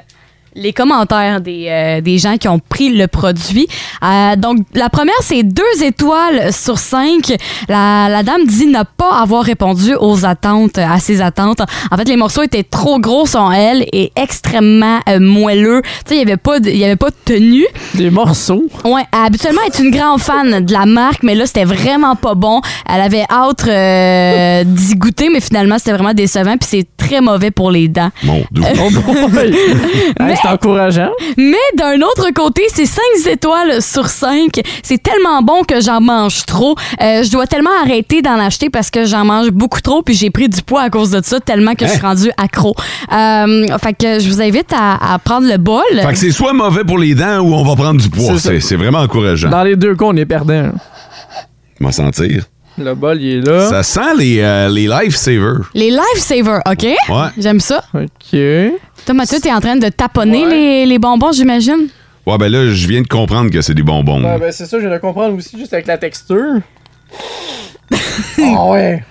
les commentaires des, euh, des gens qui ont pris le produit. Euh, donc, la première, c'est deux étoiles sur cinq. La, la dame dit ne pas avoir répondu aux attentes, à ses attentes. En fait, les morceaux étaient trop gros sur elle et extrêmement euh, moelleux. Tu sais, il n'y avait, pas de- il y avait pas de tenue. Des [laughs] morceaux. Ouais, habituellement, elle est une grande fan de la marque, mais là, c'était vraiment pas bon. Elle avait hâte euh, [laughs] d'y goûter, mais finalement, c'était vraiment décevant, puis c'est très mauvais pour les dents. Mon Dieu. Oh boy. Hey, c'est encourageant. Mais d'un autre côté, c'est 5 étoiles sur 5. C'est tellement bon que j'en mange trop. Euh, je dois tellement arrêter d'en acheter parce que j'en mange beaucoup trop puis j'ai pris du poids à cause de ça tellement que je suis Hein? rendue accro. Euh, fait que je vous invite à, à prendre le bol. Fait que c'est soit mauvais pour les dents ou on va prendre du poids. C'est ça. C'est c'est vraiment encourageant. Dans les deux cas, on est perdant. On va sentir. Le bol, il est là. Ça sent les, euh, les lifesavers. Les lifesavers, OK? Ouais. J'aime ça. OK. Toi, Mathieu, t'es en train de taponner les, les bonbons, j'imagine? Ouais, ben là, je viens de comprendre que c'est des bonbons. Mhm. là. ben, c'est ça, je viens de comprendre aussi, juste avec la texture. Ah [laughs] ouais.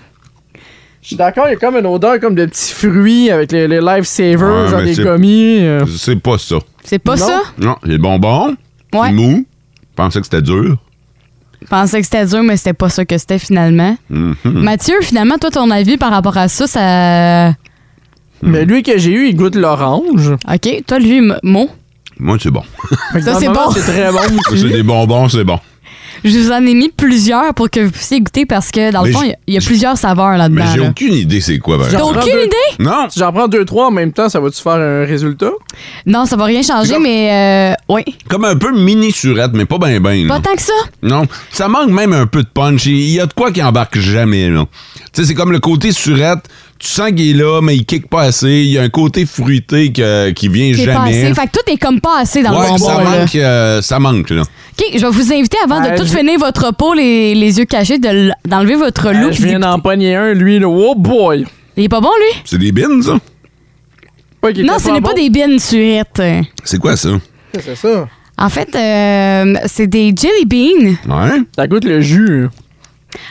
Je suis d'accord, il y a comme une odeur comme de petits fruits avec les, les lifesavers, Ouais, genre mais des c'est- gommis. euh. C'est pas ça. C'est pas Non. ça? Non, les bonbons, Ouais. c'est mou. Je pensais que c'était dur. Je pensais que c'était dur, mais c'était pas ça que c'était finalement. Mhm. Mathieu, finalement, toi, ton avis par rapport à ça, ça. Mhm. Mais lui que j'ai eu, il goûte l'orange. OK, toi, lui, m- mot. Moi, c'est bon. Ça, c'est bon. [laughs] C'est très bon aussi. c'est des bonbons, c'est bon. Je vous en ai mis plusieurs pour que vous puissiez goûter parce que, dans le Mais fond, il y a- il y a plusieurs saveurs Mais là-dedans. j'ai Bah, là. aucune idée c'est quoi. par T'as exemple. aucune idée? Non. Si j'en prends deux, trois en même temps, ça va-tu faire un résultat? Non, ça va rien changer, mais euh, oui. Comme un peu mini surette, mais pas ben ben. Pas là. tant que ça. Non, ça manque même un peu de punch. Il y a de quoi qui embarque jamais, là. Tu sais, c'est comme le côté surette. Tu sens qu'il est là, mais il kick pas assez. Il y a un côté fruité que- qui vient C'est pas jamais. assez. Fait que tout est comme pas assez dans Ouais, le bonbon. ça là. manque, euh, ça manque, là. OK, je vais vous inviter avant Ah, de tout je- finir votre pot, les, les yeux cachés, de l- d'enlever votre loup. Euh, je viens d'en pogner un, lui, là. Oh boy! Il est pas bon, lui? C'est des bins, ça? non, ce n'est pas des bines surettes. C'est quoi, ça? C'est ça. En fait, euh, c'est des jelly beans. Ouais. Ça goûte le jus.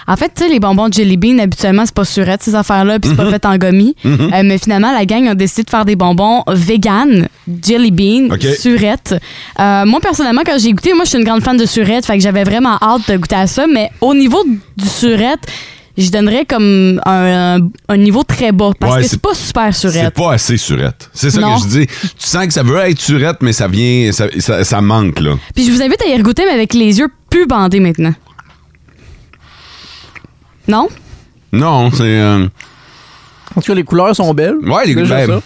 En fait, tu sais, les bonbons de jelly beans, habituellement, c'est pas surette, ces affaires-là, puis c'est pas Mhm. fait en gommis. Mhm. Euh, mais finalement, la gang a décidé de faire des bonbons vegan, jelly bean, Ok. surette. Euh, moi, personnellement, quand j'ai goûté, moi, je suis une grande fan de surette, fait que j'avais vraiment hâte de goûter à ça. Mais au niveau du surette, je donnerais comme un, un niveau très bas, parce Ouais, que c'est pas super C'est surette. pas assez surette. C'est ça Non. que je dis. Tu sens que ça veut être surette, mais ça vient. Ça, ça- ça manque, là. Puis je vous invite à y regoûter, mais avec les yeux plus bandés maintenant. Non? Non, c'est. euh, En tout cas, les couleurs sont belles. Ouais, les Déjà belles. ça.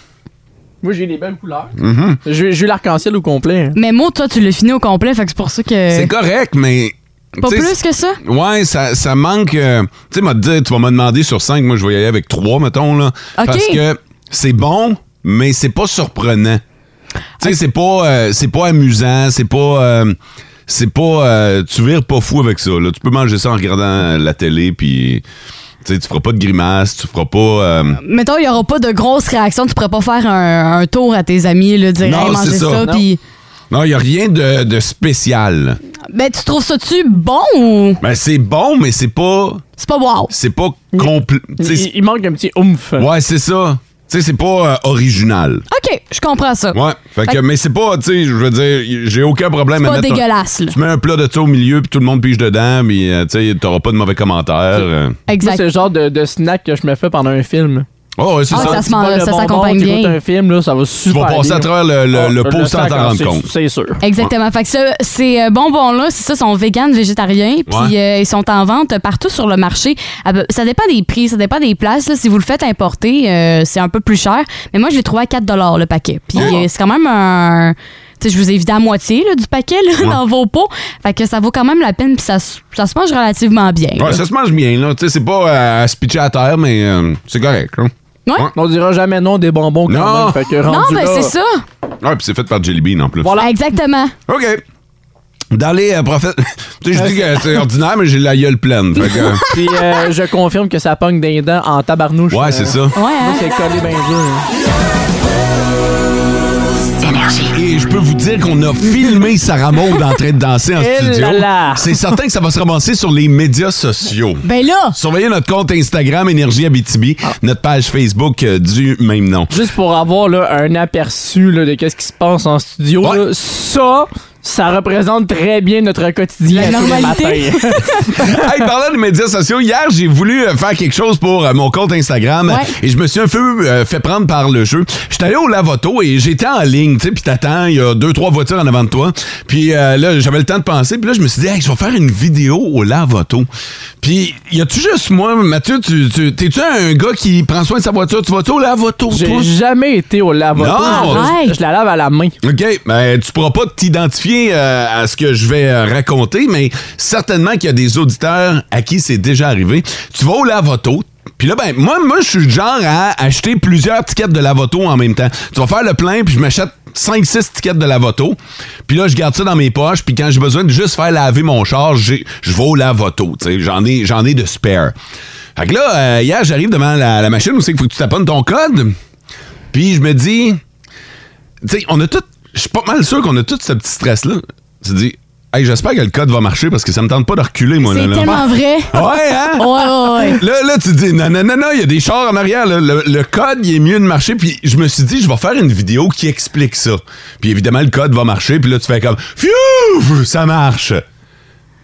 Moi, j'ai les belles couleurs. mhm. J'ai j'ai eu l'arc-en-ciel au complet. hein. Mais moi, toi, tu l'as fini au complet, fait que c'est pour ça que... C'est correct, mais. Pas tu sais, plus que ça? Ouais, ça, ça manque. euh, tu sais, m'a dit, tu vas me demander sur 5, moi je vais y aller avec 3, mettons, là. OK. Parce que c'est bon, mais c'est pas surprenant. Tu sais, c'est pas, euh, c'est pas amusant, c'est pas. euh, c'est pas. euh, tu vires pas fou avec ça, là. Tu peux manger ça en regardant la télé, puis. Tu sais, tu feras pas de grimaces, tu feras pas. euh, Mettons, il n'y aura pas de grosses réactions, tu pourrais pas faire un, un tour à tes amis, là, dire Non, hey, mangez c'est ça. ça, Non. puis... non, il a rien de, de spécial. Ben, tu trouves ça-tu bon ou... Ben, c'est bon, mais c'est pas. C'est pas wow. C'est pas complet. Il, il manque un petit oomph. Ouais, c'est ça. Tu sais, c'est pas euh, original. OK, je comprends ça. Ouais. Fait que, mais c'est pas, tu sais, je veux dire, j'ai aucun problème C'est à pas mettre un- dégueulasse, là. tu mets un plat de ça au milieu, puis tout le monde pige dedans, mais euh, tu sais, t'auras pas de mauvais commentaires. euh. Exact. Moi, C'est le genre de, de snack que je me fais pendant un film. Oh, ouais, c'est Ah, ça. ça se mange- Tu vois le ça bonbon, s'accompagne t'écoutes bien. un film, là, ça va Tu super vas passer bien. à travers le, le, Ah, le pot sans sac, t'en hein, rendre c'est- compte. C'est sûr. Exactement. Fait que ça, ces euh, bonbons-là, c'est ça, sont véganes, végétariens, puis Ouais. euh, ils sont en vente partout sur le marché. Ah, ben, Ça dépend des prix, ça dépend des places. là. Si vous le faites importer, euh, c'est un peu plus cher. Mais moi, je l'ai trouvé à 4 le paquet. Puis Oh. euh, c'est quand même un... Tu sais, je vous ai vidé à moitié là, du paquet là, dans vos pots. Fait que ça vaut quand même la peine, puis ça, se- ça se mange relativement bien. Ouais, là. ça se mange bien, là. Tu sais, c'est pas euh, à se pitcher à terre, mais euh, c'est correct. hein. Ouais. On dira jamais non des bonbons quand Non. même. Fait que non, rendu ben là- c'est ça. Ouais, puis c'est fait par Jelly Bean en plus. Exactement. OK. Dans les euh, prophètes. [laughs] tu sais, je dis [laughs] que c'est ordinaire, mais j'ai la gueule pleine. Fait que, euh, Puis euh, je confirme que ça pogne des dents en tabarnouche. euh, Ouais, c'est ça. Ouais, hein. Moi, c'est collé bien dur. hein. Et je peux vous dire qu'on a filmé Sarah Maud en train de danser en Eh studio. là là. C'est certain que ça va se ramasser sur les médias sociaux. Ben là! Surveillez notre compte Instagram Énergie Abitibi, Ah. notre page Facebook euh, du même nom. Juste pour avoir là, un aperçu là, de qu'est-ce qui se passe en studio, là, ça, ça représente très bien notre quotidien La tous les normalité. [laughs] matins. [laughs] hey, parlant des médias sociaux, hier, j'ai voulu euh, faire quelque chose pour euh, mon compte Instagram Ouais. et je me suis un peu euh, fait prendre par le jeu. J'étais allé au lavoto et j'étais en ligne, tu sais, puis t'attends, il y a deux, trois voitures en avant de toi. Puis euh, là, j'avais le temps de penser, puis là, je me suis dit, hey, je vais faire une vidéo au lavoto. Puis, y a-tu juste moi, Mathieu, tu, tu- t'es-tu un gars qui prend soin de sa voiture? Tu vas-tu au lavoto, toi? J'ai jamais été au lavoto. Non! Je, je la lave à la main. OK, ben, tu pourras pas t'identifier euh, à ce que je vais euh, raconter, mais certainement qu'il y a des auditeurs à qui c'est déjà arrivé. Tu vas au lavoto, puis là, ben, moi, moi je suis le genre à acheter plusieurs tickets de lavoto en même temps. Tu vas faire le plein, puis je m'achète 5-6 tickets de lavoto, puis là, je garde ça dans mes poches, puis quand j'ai besoin de juste faire laver mon char, j'ai- je vais au lavoto, tu sais, j'en ai, j'en ai de spare. Fait que là, euh, hier, j'arrive devant la, la machine où c'est qu'il faut que tu taponnes ton code, puis je me dis tu sais, on a tout. Je suis pas mal sûr qu'on a tout ce petit stress-là. Tu te dis, hey, j'espère que le code va marcher parce que ça me tente pas de reculer, moi. là, C'est là. tellement vrai. Ouais, [laughs] hein? Ouais, ouais, ouais. Là, là, tu te dis, non, non, non, non, il y a des chars en arrière. là. Le, le code, il est mieux de marcher. Puis je me suis dit, je vais faire une vidéo qui explique ça. Puis évidemment, le code va marcher. Puis là, tu fais comme, phew, ça marche.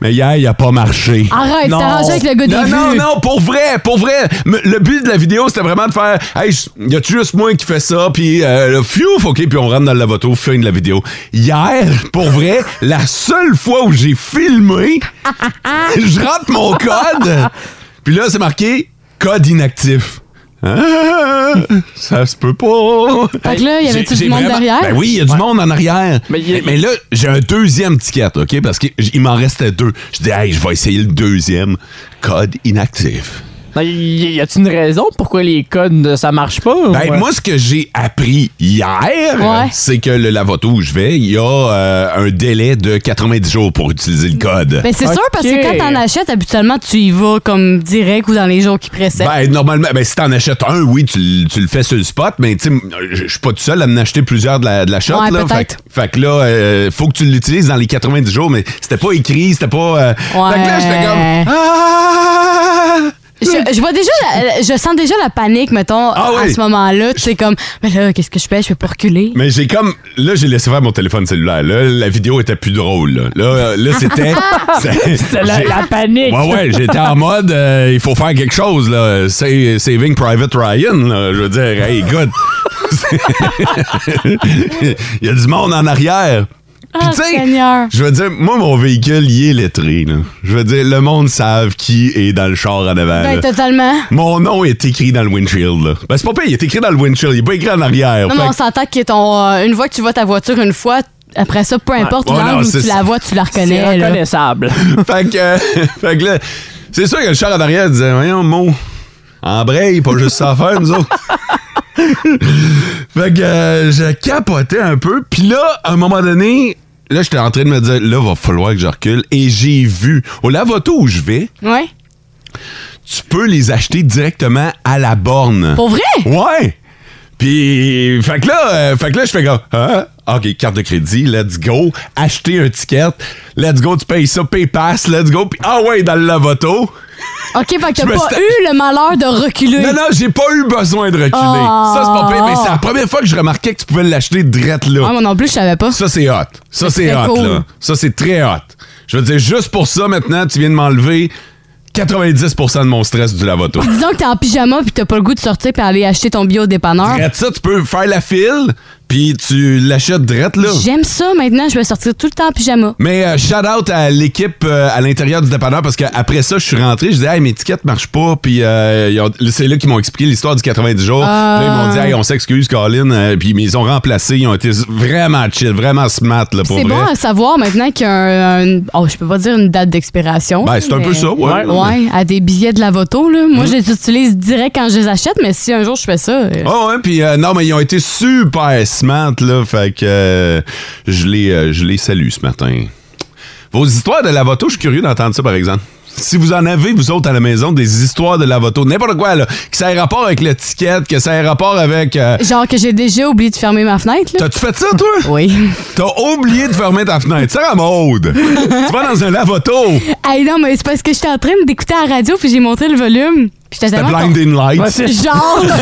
Mais hier, il a pas marché. Arrête, Non. t'as arrangé avec le gars des Non, non, vues. non, pour vrai, pour vrai. M- Le but de la vidéo, c'était vraiment de faire Hey, j- y a-tu juste moi qui fais ça, puis euh, le fiouf, OK, puis on rentre dans le lavoto, fin de la vidéo. Hier, pour vrai, la seule fois où j'ai [laughs] filmé, je rentre mon code, puis là, c'est marqué code inactif. Ah, ça se peut pas. Fait que là, y avait-tu J'ai- du j'ai monde derrière? Ben oui, il y a du monde en arrière. Mais, mais là, j'ai un deuxième ticket, OK? Parce qu'il m'en restait deux. Je dis, hey, je vais essayer le deuxième. Code inactif. Non, Ben, y y a-tu une raison pourquoi les codes ça marche pas? euh, Ben, moi, ce que j'ai appris hier, c'est que le lavoto où je vais, il y a euh, un délai de 90 jours pour utiliser le code. Ben, c'est sûr, parce que quand t'en achètes, habituellement, tu y vas comme direct ou dans les jours qui précèdent. Ben, normalement, ben, si t'en achètes un, oui, tu, l- tu le fais sur le spot, mais tu sais, m- je je suis pas tout seul à en acheter plusieurs de la, de la shot, Ouais, là. peut-être. Fait, que- fait que là, euh, faut que tu l'utilises dans les 90 jours, mais c'était pas écrit, c'était pas. euh, Fait que là, j'étais comme. Ah! Je, je vois déjà, la- je sens déjà la panique, mettons, à Ah oui. ce moment-là. Tu sais, comme, mais là, qu'est-ce que je fais? Je peux pas reculer. Mais j'ai comme. Là, j'ai laissé faire mon téléphone cellulaire. Là, la vidéo était plus drôle. Là, là, euh, là, c'était. c'est- C'était la, j'ai- la panique. Ouais, ouais, j'étais en mode, euh, il faut faire quelque chose, là. Sa- Saving Private Ryan, là. Je veux dire, hey, good. [laughs] il y a du monde en arrière. Ah, Seigneur. Je veux dire, moi, mon véhicule, il est lettré, là. Je veux dire, le monde savent qui est dans le char en avant. Ben, là. totalement. Mon nom est écrit dans le windshield, là. Ben, c'est pas pire, il est écrit dans le windshield, il est pas écrit en arrière. Non, Fait mais on que- s'entend que ton, euh, une fois que tu vois ta voiture une fois, après ça, peu importe Ouais, ouais, l'angle non, où c'est tu la ça. vois, tu la reconnais. C'est là. reconnaissable. [laughs] fait que, euh, fait que là, c'est sûr que le char en arrière disait, voyons, mot, en braille, pas juste ça à faire, nous autres. [laughs] fait que euh, je capotais un peu. Puis là, à un moment donné, là, j'étais en train de me dire, là, va falloir que je recule. Et j'ai vu, au lavoto où je vais, Ouais. tu peux les acheter directement à la borne. Pour vrai? Ouais! Puis, fait que là, euh, fait que là, je fais comme, Hein? OK, carte de crédit, let's go. Acheter un ticket, let's go, tu payes ça, PayPass, let's go. Puis, ah ouais, dans le lavoto. OK, fait que Je t'as me pas sta- eu le malheur de reculer. Non, non, j'ai pas eu besoin de reculer. Ah. Ça, c'est pas pire, mais c'est la première fois que je remarquais que tu pouvais l'acheter drette là. Ah, moi non plus, je savais pas. Ça, c'est hot. Ça, C'est c'est très hot, cool. là. Ça, c'est très hot. Je veux dire, juste pour ça, maintenant, tu viens de m'enlever 90% de mon stress du lavoto. Disons que t'es en pyjama puis t'as pas le goût de sortir puis aller acheter ton bio au dépanneur. Drette ça, tu peux faire la file, puis tu l'achètes drette là. J'aime ça maintenant, je vais sortir tout le temps en pyjama. Mais euh, shout out à l'équipe euh, à l'intérieur du dépanneur parce qu'après ça, je suis rentré, je disais, hey, mes tickets marchent pas. Puis euh, ils ont- c'est là qu'ils m'ont expliqué l'histoire du 90 jours. Ah. Là, ils m'ont dit, hey, on s'excuse, Colin. Euh, puis mais ils ont remplacé, ils ont été vraiment chill, vraiment smart là, pour C'est vrai. bon hein, à savoir maintenant qu'il y a un, un- oh, je peux pas dire une date d'expiration. Ben, c'est un mais- peu ça, Hmm. ouais. ouais. à des billets de la voto, là. Moi, je les utilise direct quand je les achète, mais si un jour je fais ça. euh, Oh ouais, puis euh, non, mais ils ont été super smart, là. Fait que euh, je, les, euh, je les salue ce matin. Vos histoires de lavoto, je suis curieux d'entendre ça, par exemple. Si vous en avez, vous autres, à la maison, des histoires de lavoto, n'importe quoi, là, que ça ait rapport avec l'étiquette, que ça ait rapport avec... euh, Genre que j'ai déjà oublié de fermer ma fenêtre, là. T'as-tu fait ça, toi? Oui. [laughs] T'as oublié de fermer ta fenêtre. Ça, mode. tu vas dans un lavoto. Hey, non, mais c'est parce que j'étais en train d'écouter à la radio puis j'ai monté le volume. Puis j'étais C'était tellement. Blinding Lights. Ouais, c'est- [laughs] Genre. [laughs]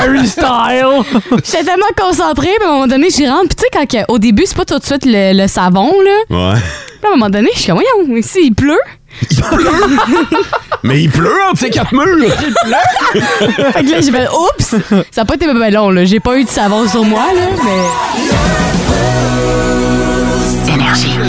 Harry Style. J'étais tellement concentrée, puis à un moment donné, j'y rentre. Puis tu sais, quand que- au début, c'est pas tout de suite le, le savon, là. Ouais. [laughs] Puis à un moment donné, je suis comme, voyons, ici, il pleut. Il pleut? Mais il pleut entre ces quatre murs. Il pleut? fait que là, j'ai fait, oups! Ça n'a pas été bien long, là. J'ai pas eu de savon sur moi, là, mais. Euh,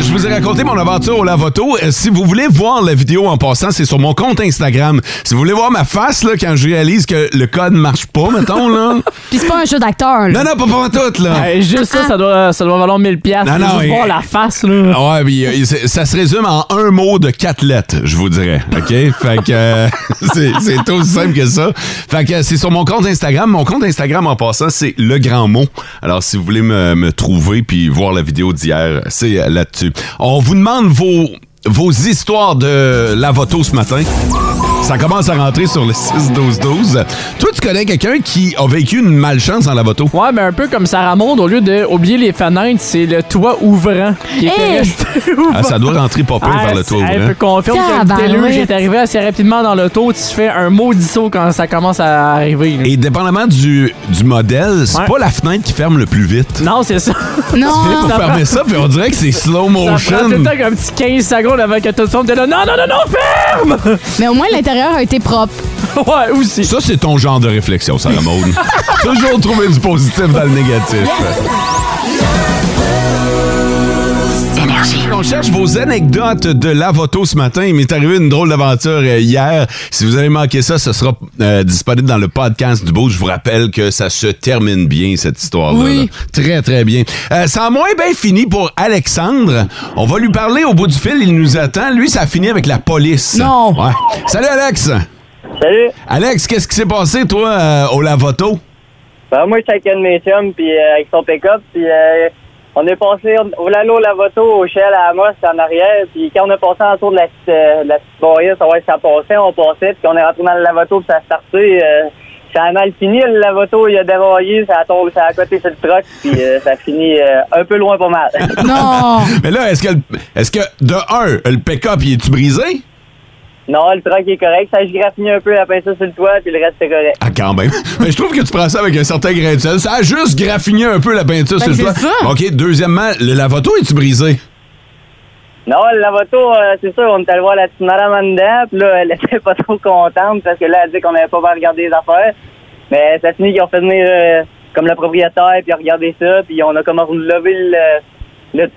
Je vous ai raconté mon aventure au Lavoto. Euh, si vous voulez voir la vidéo en passant, c'est sur mon compte Instagram. Si vous voulez voir ma face là, quand je réalise que le code marche pas, mettons, là. Puis c'est pas un jeu d'acteur, Non, là. non, pas pour tout, là. Hey, juste ça, ça doit, ça doit valoir 1000$. pièces. Non, non, juste et- voir la face, là. Ah Ouais, puis, euh, c'est- ça se résume en un mot de quatre lettres, je vous dirais. OK? Fait que euh, [laughs] c'est c'est aussi simple que ça. Fait que euh, c'est sur mon compte Instagram. Mon compte Instagram, en passant, c'est Le Grand Mot. Alors, si vous voulez me, me trouver puis voir la vidéo d'hier, c'est euh, là-dessus. On vous demande vos, vos histoires de Lavoto ce matin. Ça commence à rentrer sur le 6-12-12. Toi, tu connais quelqu'un qui a vécu une malchance dans la moto? Ouais, mais un peu comme Sarah Maud, au lieu de oublier les fenêtres, c'est le toit ouvrant qui Hey! était resté [laughs] ouvert. Ah, ça doit rentrer pas pire vers le hein? toit c'est- hey, ouvrant. Je peux confirmer que le Tabarouette. déluge est arrivé assez rapidement dans l'auto. Tu fais un maudit saut quand ça commence à arriver. là. Et dépendamment du, du modèle, c'est Ouais. pas la fenêtre qui ferme le plus vite. Non, c'est ça. Tu viens pour Ça fermer prend- ça, puis on dirait que c'est slow Ça prend tout motion. le temps comme un petit 15 secondes avant que tout le monde te dise Non, non, non, non, ferme! [laughs] Mais au moins, l'intérieur a été propre. ouais, aussi. Ça, c'est ton genre de réflexion, Sarah Maud. Toujours trouver du positif dans le négatif. On cherche vos anecdotes de Lavoto ce matin. Il m'est arrivé une drôle d'aventure euh, hier. Si vous avez manqué ça, ce sera euh, disponible dans le podcast du beau. Je vous rappelle que ça se termine bien, cette histoire-là. Oui. là. Très, très bien. Euh, ça a moins bien fini pour Alexandre. On va lui parler au bout du fil. Il nous attend. Lui, ça a fini avec la police. Non. Salut, Alex. Salut. Alex, qu'est-ce qui s'est passé, toi, euh, au Lavoto? Ben, moi, j'étais avec un de mes chums, puis euh, avec son pick-up, puis euh, on est passé au Lalo Lavoto, au Shell, à Amos, en arrière, puis quand on a passé autour de la petite, euh, de la petite barrière, savoir si ça passait, on passait, puis on est rentré dans le Lavoto, puis ça a starté. euh, ça a mal fini, le Lavoto, il a déraillé, ça a tombé, ça a coté sur le truck, puis euh, ça a fini euh, un peu loin pas mal. [laughs] [laughs] Non! Mais là, est-ce que, le- est-ce que de un, le pick-up, il est-tu brisé? non, le truck est correct, ça a graffiné un peu, après ça sur le toit, puis le reste, c'est correct. Ah, quand même. [laughs] Mais je trouve que tu prends ça avec un certain grain de sel. Ça a juste graffiné un peu la peinture Ben, sur le c'est toit. ça. OK, deuxièmement, le lavato est-tu brisé? Non, le lavoto, euh, c'est sûr, on est allé voir la petite madame en dedans, puis là, elle était pas trop contente parce que là, elle dit qu'on n'avait pas bien regardé les affaires. Mais ça finit qu'ils ont fait venir euh, comme le propriétaire, puis ils ont regardé ça, puis on a comme relevé le, le,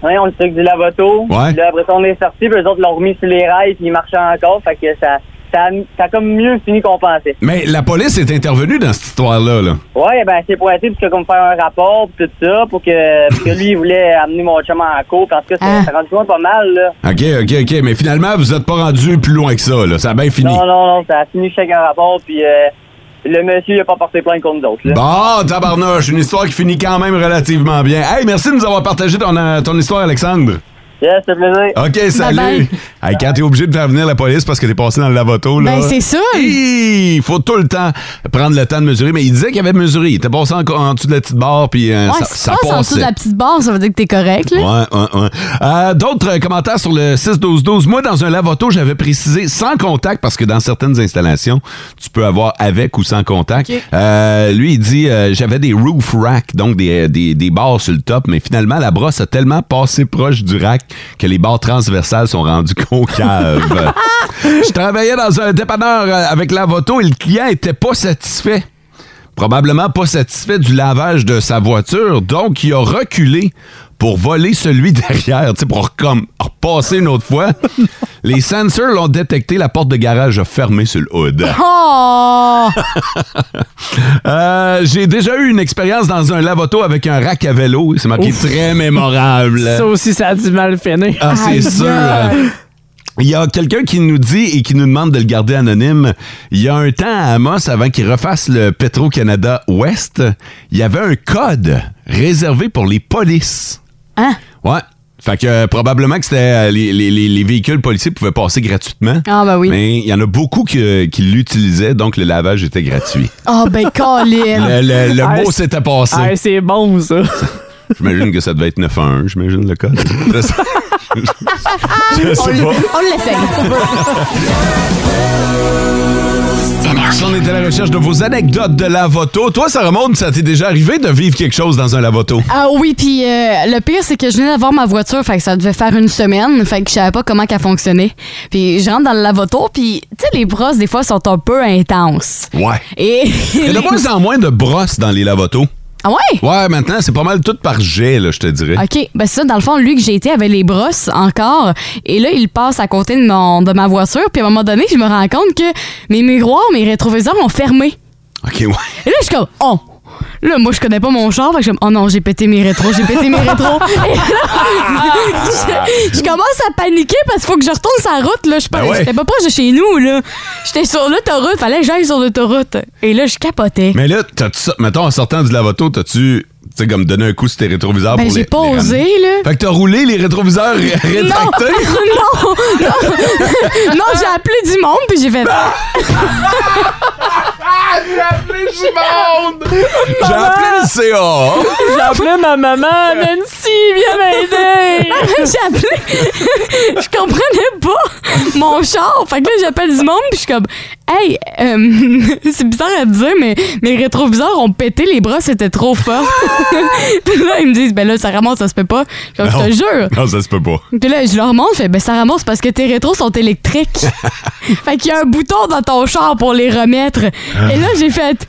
voyons, le truc du lavoto. Ouais. Puis Là, après ça, on est sorti, puis eux autres l'ont remis sur les rails, puis ils marchaient encore, fait que ça, ça, a- ça a comme mieux fini qu'on pensait. Mais la police est intervenue dans cette histoire-là. Là. Ouais, ben c'est pointé parce que comme faire un rapport pis tout ça pour que, parce que lui il voulait amener mon chum en cours parce que ça ça rendu loin pas mal là. OK, OK, OK. Mais finalement, vous n'êtes pas rendu plus loin que ça. Là. Ça a bien fini. Non, non, non, ça a fini chacun rapport, puis euh, le monsieur n'a pas porté plainte contre nous autres. là. Bon, tabarnouche, une histoire qui finit quand même relativement bien. Hey, merci de nous avoir partagé ton, euh, ton histoire, Alexandre. Yes, c'est plaisir. OK, Bye salut. bye. Hey, quand t'es obligé de faire venir la police parce que t'es passé dans le lavoto, là. Ben, c'est ça. Il faut tout le temps prendre le temps de mesurer. Mais il disait qu'il avait mesuré. Il était passé en, en dessous de la petite barre, puis euh, Ouais, ça, si ça tu passes en dessous de passait. la petite barre, ça veut dire que t'es correct, là. Ouais, ouais, ouais. Euh, D'autres euh, commentaires sur le 6-12-12. Moi, dans un lavoto, j'avais précisé sans contact parce que dans certaines installations, tu peux avoir avec ou sans contact. Ok. Euh, lui, il dit euh, j'avais des roof racks, donc des, euh, des, des barres sur le top, mais finalement, la brosse a tellement passé proche du rack que les barres transversales sont rendues [laughs] concaves. Je travaillais dans un dépanneur euh, avec lavoto et le client était pas satisfait. Probablement pas satisfait du lavage de sa voiture, donc il a reculé pour voler celui [laughs] derrière, tu sais, pour comme repasser une autre [laughs] fois. Les sensors l'ont détecté, la porte de garage a fermé sur le [laughs] hood. Oh! Euh, J'ai déjà eu une expérience dans un lavoto avec un rack à vélo. C'est marqué Ouf. très mémorable. Ça aussi, ça a du mal finir. Ah, c'est Aïe, sûr. aïe. Il y a quelqu'un qui nous dit et qui nous demande de le garder anonyme. Il y a un temps à Amos, avant qu'il refasse le Petro-Canada Ouest, il y avait un code réservé pour les polices. Hein? Ouais. Fait que euh, probablement que c'était euh, les, les- les- les véhicules policiers pouvaient passer gratuitement. Ah, bah oui. Mais il y en a beaucoup que- qui l'utilisaient, donc le lavage était gratuit. Oh, ben, [laughs] Colin! Le, le- le Ah, mot c'est- s'était passé. Ah, c'est [laughs] bon, ça. J'imagine que ça devait être 911, j'imagine le [laughs] code. Je sais- je on sais l- pas. on l'essaye. On est à la recherche de vos anecdotes de lavoto. Toi, ça remonte, ça t'est déjà arrivé de vivre quelque chose dans un lavoto? Ah oui, puis euh, le pire, c'est que je venais d'avoir ma voiture, fait que ça devait faire une semaine, fait que je savais pas comment qu'elle fonctionnait. Puis je rentre dans le lavoto, puis tu sais, les brosses, des fois, sont un peu intenses. Ouais. Et... Il y a de moins en moins de brosses dans les lavotos. Ah ouais? Ouais, maintenant, c'est pas mal tout par jet, là, je te dirais. OK. Ben, c'est ça, dans le fond, lui que j'ai été avait les brosses encore. Et là, il passe à côté de, mon, de ma voiture. Puis à un moment donné, je me rends compte que mes miroirs, mes rétroviseurs ont fermé. OK, ouais. Et là, je suis comme, oh! Là, moi, je connais pas mon char. Fait que je suis comme, oh non, j'ai pété mes rétros, j'ai pété mes [laughs] rétros. Et là, je, je commence à paniquer parce qu'il faut que je retourne sa route. Là. Je suis pas- Ben ouais. J'étais pas proche de chez nous. là. J'étais sur l'autoroute. Fallait que j'aille sur l'autoroute. Et là, je capotais. Mais là, t'as-tu, ça- mettons, en sortant du lavoto, t'as-tu Tu sais, comme donner un coup sur tes rétroviseurs Ben, pour les. j'ai pas les ramener. osé, là. Fait que t'as roulé les rétroviseurs ré- Non, rétractés. non, [laughs] non, non, j'ai appelé du monde puis j'ai fait. J'ai appelé du monde! J'ai appelé le CA. J'ai appelé ma maman, Nancy, viens m'aider! [laughs] j'ai appelé. [laughs] je comprenais pas mon char. Fait que là, j'appelle du monde, puis je suis comme, hey, euh, [laughs] c'est bizarre à dire, mais mes rétroviseurs ont pété les bras, c'était trop fort. [laughs] puis là, ils me disent, ben là, ça remonte, ça se peut pas. Comme, Non. je te jure. Non, ça se peut pas. Puis là, je leur montre, je fais, ben ça ramasse parce que tes rétros sont électriques. fait qu'il y a un bouton dans ton char pour les remettre. Et là, j'ai fait,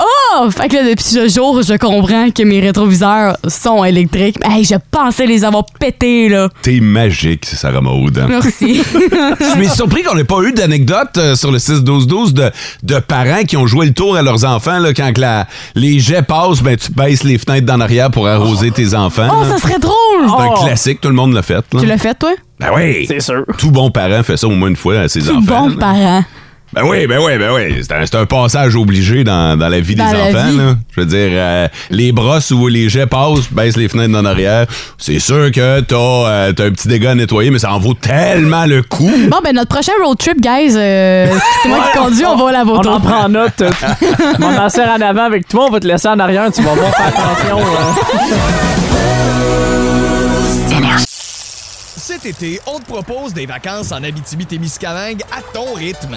oh! Fait que là, depuis ce jour, je comprends que mes rétroviseurs sont électriques. Hey, je pensais les avoir pétés, là. T'es magique, Sarah Maud. hein. Merci. [laughs] Je suis surpris qu'on n'ait pas eu d'anecdote euh, sur le 6-12-12 de, de parents qui ont joué le tour à leurs enfants. Là, quand que la, les jets passent, ben, tu baisses les fenêtres d'en arrière pour arroser tes enfants. Oh, là. ça serait drôle! C'est un classique, tout le monde l'a fait. là. Tu l'as fait, toi? Ben oui! C'est sûr. Tout bon parent fait ça au moins une fois à ses Tu enfants. bon parent. Ben oui, ben oui, ben oui. C'est un, c'est un passage obligé dans, dans la vie Dans des la enfants. vie. là. Je veux dire, euh, les brosses où les jets passent, baisse les fenêtres en arrière. C'est sûr que t'as euh, t'as un petit dégât à nettoyer, mais ça en vaut tellement le coup. Bon, ben notre prochain road trip, guys, euh, c'est moi qui conduis, on va à la On vautour. en prend note. [laughs] on en sert en avant avec toi, on va te laisser en arrière, tu vas voir faire attention. hein. Cet été, on te propose des vacances en Abitibi-Témiscamingue à ton rythme.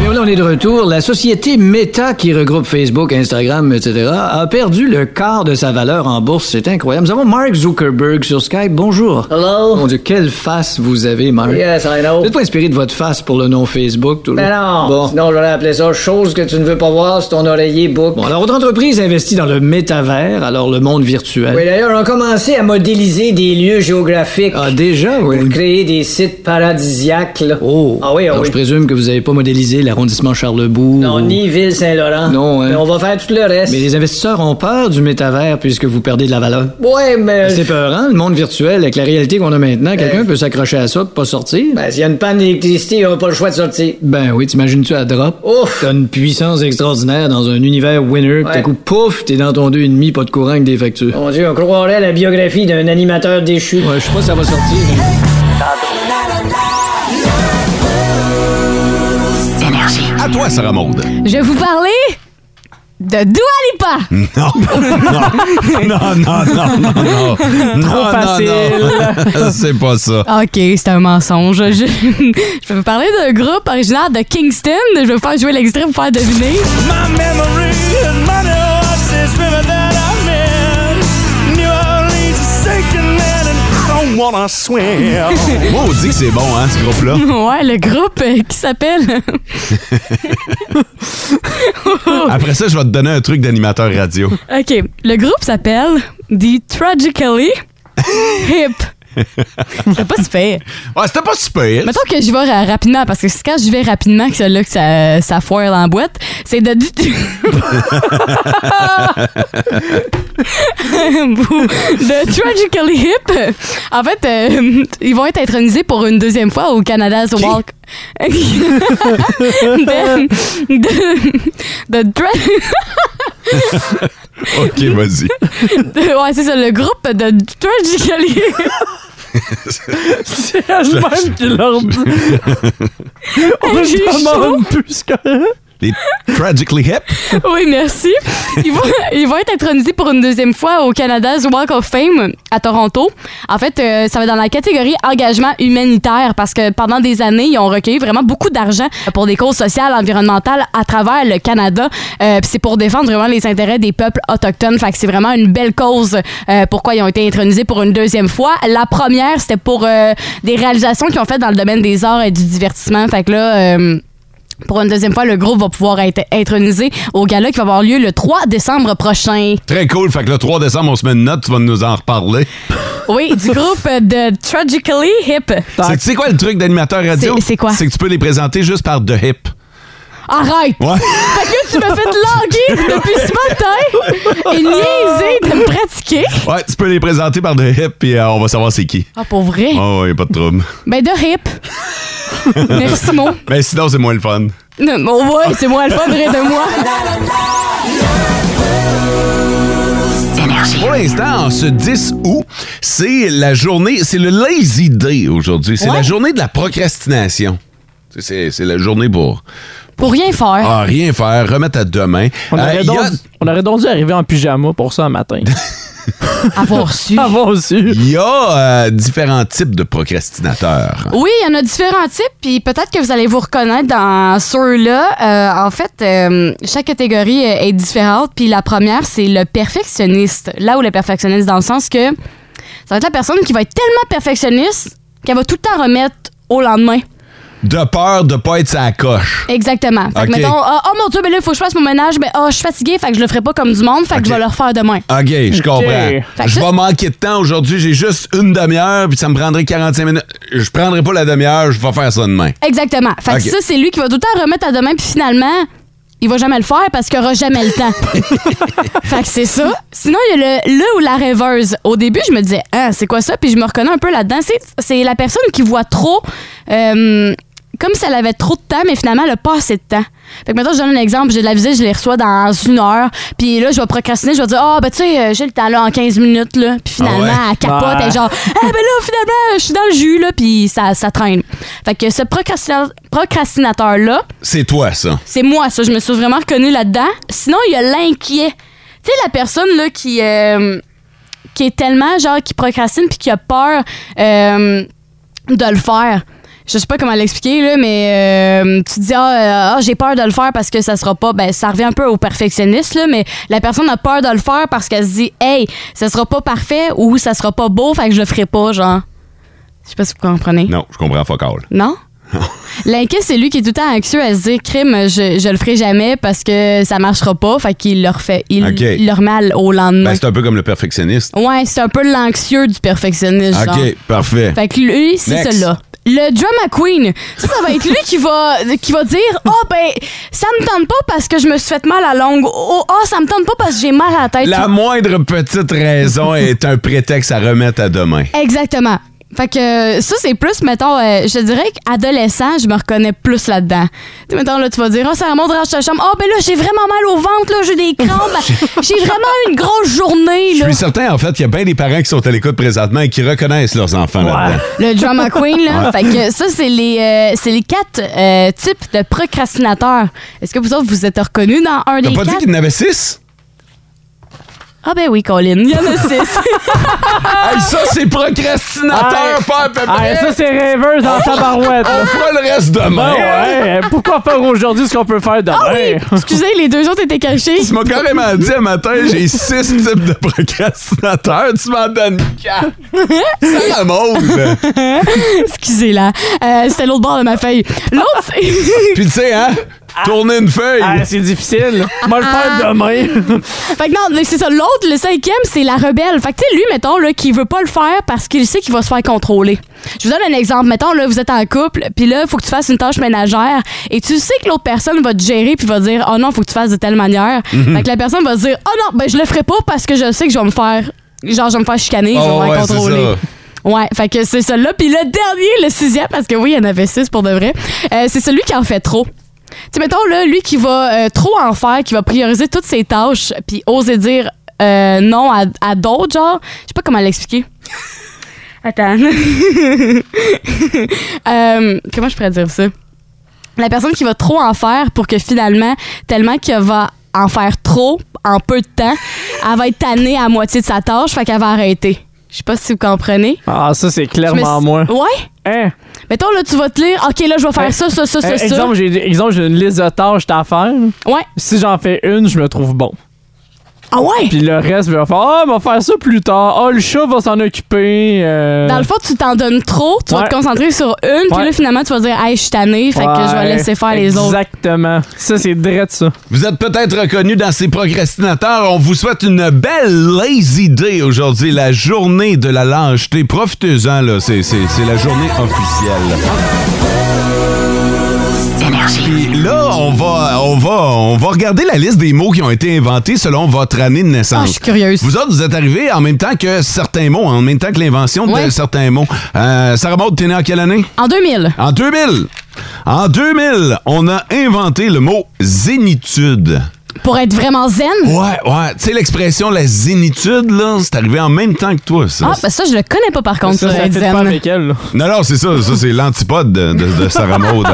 Mais là, on est de retour. La société Meta, qui regroupe Facebook, Instagram, etc., a perdu le quart de sa valeur en bourse. C'est incroyable. Nous avons Mark Zuckerberg sur Skype. Bonjour. Hello. Mon Dieu, quelle face vous avez, Mark. Oh. Yes, I know. Vous n'êtes pas inspiré de votre face pour le nom Facebook, toujours. Mais Ben non! Bon. Sinon, j'aurais appelé ça chose que tu ne veux pas voir, c'est ton oreiller book. Bon, alors, votre entreprise investit dans le métavers, alors le monde virtuel. Oui, d'ailleurs, on a commencé à modéliser des lieux géographiques. Ah, déjà, oui. Pour créer des sites paradisiaques, là. Oh! Ah oui, ah Alors, oui. je présume que vous n'avez pas modélisé l'arrondissement Charlebourg. Non, ou- ni Ville-Saint-Laurent. Non, hein. Mais on va faire tout le reste. Mais les investisseurs ont peur du métavers puisque vous perdez de la valeur. Ouais, mais... C'est peur, hein? Le monde virtuel, avec la réalité qu'on a maintenant, quelqu'un peut s'accrocher à ça et pas sortir. Euh, Ben, s'il y a une panne d'électricité, on n'a pas le choix de sortir. Ben oui, t'imagines-tu à drop? Ouf! T'as une puissance extraordinaire dans un univers winner, pis Ouais. t'as coup, pouf, t'es dans ton deux et demi, pas de courant avec des factures. Mon Dieu, on croirait à la biographie d'un animateur déchu. Ouais, je sais pas si ça va sortir. À toi, Sarah Maud. Je vais vous parler de Dua Lipa. [laughs] Non, non, non, non, non, non. Trop facile. [laughs] C'est pas ça. OK, c'est un mensonge. [laughs] Je, je vais vous parler d'un groupe originaire de Kingston. Je vais vous faire jouer l'extrait pour vous faire deviner. [laughs] My memory and my notes is river that I'm in. New Orleans is sinking in and I don't wanna swim. Moi, on dit que c'est bon, hein, ce groupe-là. Ouais, le groupe euh, qui s'appelle... [laughs] Après ça, je vais te donner un truc d'animateur radio. OK, le groupe s'appelle The Tragically Hip. C'était pas super. Ouais, c'était pas super. Mettons que je vais ra- rapidement, parce que c'est quand je vais rapidement que, c'est là que ça, ça foire en boîte. C'est de... [laughs] Bouh. de Tragically Hip. En fait, euh, ils vont être intronisés pour une deuxième fois au Canada's Walk. [laughs] de, de, de Tra- [laughs] OK, vas-y. [laughs] de- ouais, c'est ça, le groupe de Tragically Hip. C'est elle-même qui leur dit. [laughs] On Hey, j'ai demande plus que. Les Tragically Hip. [laughs] Oui, merci. Ils vont, ils vont être intronisés pour une deuxième fois au Canada's Walk of Fame à Toronto. En fait, euh, ça va dans la catégorie engagement humanitaire parce que pendant des années, ils ont recueilli vraiment beaucoup d'argent pour des causes sociales, environnementales à travers le Canada. Euh, puis c'est pour défendre vraiment les intérêts des peuples autochtones. Fait que c'est vraiment une belle cause euh, pourquoi ils ont été intronisés pour une deuxième fois. La première, c'était pour euh, des réalisations qu'ils ont faites dans le domaine des arts et du divertissement. Fait que là... euh, Pour une deuxième fois, le groupe va pouvoir être intronisé au gala qui va avoir lieu le 3 décembre prochain. Très cool. Fait que le 3 décembre, on se met une note. Tu vas nous en reparler. Oui, [laughs] du groupe de Tragically Hip. C'est tu sais quoi le truc d'animateur radio? C'est- c'est quoi? C'est que tu peux les présenter juste par The Hip. Arrête! Ouais. Fait que tu m'as fait languir depuis ce matin et niaiser de me pratiquer. Ouais, tu peux les présenter par The Hip et on va savoir c'est [laughs] qui. Ah, pour vrai? Oh, ouais, pas de trouble. Ben, de hip. Merci, [laughs] mon. Mais sinon, c'est moins le fun. Non, bon, ouais, c'est moi, le fun, rire de [laughs] moi. Pour l'instant, en ce 10 août, c'est la journée, c'est le lazy day aujourd'hui. C'est la journée de la procrastination. C'est- C'est c'est la journée pour Pour rien faire. ah, rien faire, remettre à demain. On Euh, aurait, il y donc, a- on aurait donc dû arriver en pyjama pour ça un [laughs] matin. Avoir su. Avoir su. [laughs] Il y a euh, différents types de procrastinateurs. Oui, il y en a différents types, puis peut-être que vous allez vous reconnaître dans ceux-là. Euh, en fait, euh, chaque catégorie euh, est différente, puis la première, c'est le perfectionniste. Là où le perfectionniste, dans le sens que ça va être la personne qui va être tellement perfectionniste qu'elle va tout le temps remettre au lendemain. De peur de pas être sa coche. Exactement. Fait que Ok. mettons, ah, oh mon Dieu, mais là, il faut que je fasse mon ménage, mais ah, je suis fatiguée, fait que je le ferai pas comme du monde, fait que je vais le refaire demain. OK, je comprends. Fait que Je ça- vais manquer de temps aujourd'hui. J'ai juste une demi-heure, puis ça me prendrait 45 minutes. Je prendrai pas la demi-heure, je vais faire ça demain. Exactement. Fait Ok. que ça, c'est lui qui va tout le temps remettre à demain, puis finalement, il va jamais le faire parce qu'il aura jamais [laughs] le temps. fait que c'est ça. Sinon, il y a le, le ou la rêveuse. Au début, je me disais, ah, c'est quoi ça? Puis je me reconnais un peu là-dedans. C'est, c'est la personne qui voit trop. euh, comme si elle avait trop de temps, mais finalement, elle a pas assez de temps. Fait que maintenant, je donne un exemple. J'ai de la visite, je les reçois dans une heure. Puis là, je vais procrastiner. Je vais dire, ah, ben, tu sais, euh, j'ai le temps là en 15 minutes, là. Puis finalement, Ah ouais? elle capote. Ouais. Elle est genre, ah, ben là, finalement, je suis dans le jus, là. Puis ça, ça traîne. Fait que ce procrastina- procrastinateur-là, C'est toi, ça. c'est moi, ça. Je me suis vraiment reconnue là-dedans. Sinon, il y a l'inquiet. Tu sais, la personne là, qui, euh, qui est tellement, genre, qui procrastine puis qui a peur euh, de le faire. Je sais pas comment l'expliquer, là, mais euh, tu te dis, ah, euh, ah, j'ai peur de le faire parce que ça sera pas. Ben, ça revient un peu au perfectionniste, là, mais la personne a peur de le faire parce qu'elle se dit, hey, ça sera pas parfait ou ça sera pas beau, fait que je le ferai pas, genre. Je sais pas si vous comprenez. Non, je comprends fuck all. [laughs] Non? L'inquiet, c'est lui qui est tout le temps anxieux à se dire crime, je, je le ferai jamais parce que ça marchera pas. Fait qu'il le refait. Il, Ok. il le remet à- au lendemain. Ben, c'est un peu comme le perfectionniste. ouais, c'est un peu l'anxieux du perfectionniste. genre. OK, parfait. Fait que lui, c'est Next. celui-là. Le drama queen, ça, ça va être lui qui va, qui va dire « Oh ben, ça me tente pas parce que je me suis fait mal à l'ongle. Oh, oh, ça me tente pas parce que j'ai mal à la tête. La moindre petite [laughs] raison est un prétexte à remettre à demain. Exactement. Fait que euh, ça, c'est plus, mettons, euh, je te dirais qu'adolescent, je me reconnais plus là-dedans. Tu sais, mettons, là, tu vas dire, oh, ça remonte dans ta chambre. Oh, ben là, j'ai vraiment mal au ventre, là, j'ai [laughs] des crampes. j'ai vraiment une grosse journée, Je là. suis certain, en fait, qu'il y a bien des parents qui sont à l'écoute présentement et qui reconnaissent leurs enfants là-dedans. [laughs] Le drama queen, là. Ouais. Fait que ça, c'est les, euh, c'est les quatre euh, types de procrastinateurs. Est-ce que vous autres, vous êtes reconnus dans T'as un des pas dit quatre? qu'il y en avait six? Ah, ben oui, Colin, il [laughs] y en a six. Ah! Hey, ça, c'est procrastinateur, Hey. pas à peu près. Hey, Ah, ça, c'est rêveuse dans sa barouette. [laughs] On fera le reste demain. ouais. Pourquoi faire aujourd'hui ce qu'on peut faire demain? Ah oui! Excusez, les deux autres [laughs] étaient cachés. Tu m'as carrément dit un matin, j'ai [laughs] six types de procrastinateurs. Tu m'en donnes [laughs] quatre. C'est la mode. Excusez, là. Euh, C'était l'autre bord de ma feuille. L'autre, c'est... Puis tu sais, hein? Ah. Tourner une feuille. Ah, c'est difficile. Moi, le faire demain. [laughs] Fait que non, mais c'est ça. L'autre, le cinquième, c'est la rebelle. Fait que, tu sais, lui, mettons, là, qui veut pas le faire parce qu'il sait qu'il va se faire contrôler. Je vous donne un exemple. Mettons, là, vous êtes en couple, puis là, faut que tu fasses une tâche ménagère et tu sais que l'autre personne va te gérer puis va dire, oh non, faut que tu fasses de telle manière. Mhm. Fait que la personne va se dire, oh non, ben, je le ferai pas parce que je sais que je vais me faire, genre, je vais me faire chicaner, je vais me faire contrôler. Ouais, fait que c'est celui-là. Puis le dernier, le sixième, parce que oui, il y en avait six pour de vrai, euh, c'est celui qui en fait trop. Tu sais, mettons, là, lui qui va euh, trop en faire, qui va prioriser toutes ses tâches, puis oser dire euh, non à, à d'autres, genre, je sais pas comment l'expliquer. [laughs] Attends. Euh, comment je pourrais dire ça? La personne qui va trop en faire pour que finalement, tellement qu'elle va en faire trop en peu de temps, elle va être tannée à moitié de sa tâche, fait qu'elle va arrêter. Je sais pas si vous comprenez. Ah, ça, c'est Je me clairement suis- moi. Ouais? Hein? Mettons, là, tu vas te lire, OK, là, je vais faire ça, ça, ça, Euh, ça, ça. exemple, j'ai exemple, j'ai une liste de tâches à faire. Ouais. Si j'en fais une, je me trouve bon. Ah ouais? Puis le reste va faire Ah, on va faire ça plus tard. Ah, le chat va s'en occuper. euh. Dans le fond, tu t'en donnes trop, tu vas Ouais. te concentrer sur une, puis Ouais. là, finalement, tu vas dire, hey, je suis tanné, fait que je vais Ouais, laisser faire les autres. Exactement. Ça, c'est drette, ça. Vous êtes peut-être reconnu dans ces procrastinateurs. On vous souhaite une belle lazy day aujourd'hui, la journée de la lâcheté. Profitez-en, là. C'est, c'est- c'est la journée officielle. Puis là, on va, on, va, on va regarder la liste des mots qui ont été inventés selon votre année de naissance. Ah, je suis curieuse. Vous autres, vous êtes arrivés en même temps que certains mots, en même temps que l'invention Ouais. de certains mots. Euh, Sarah Maud, t'es née en quelle année? En 2000. En 2000. En 2000, on a inventé le mot zénitude. Pour être vraiment zen? Ouais, ouais. Tu sais, l'expression la zénitude, là, c'est arrivé en même temps que toi, ça. Ah, ben ça, je le connais pas par contre, Ça, ça, ça être fit zen. pas avec elle, là. Non, non, c'est ça. Ça, c'est l'antipode de, de- de Sarah Maud.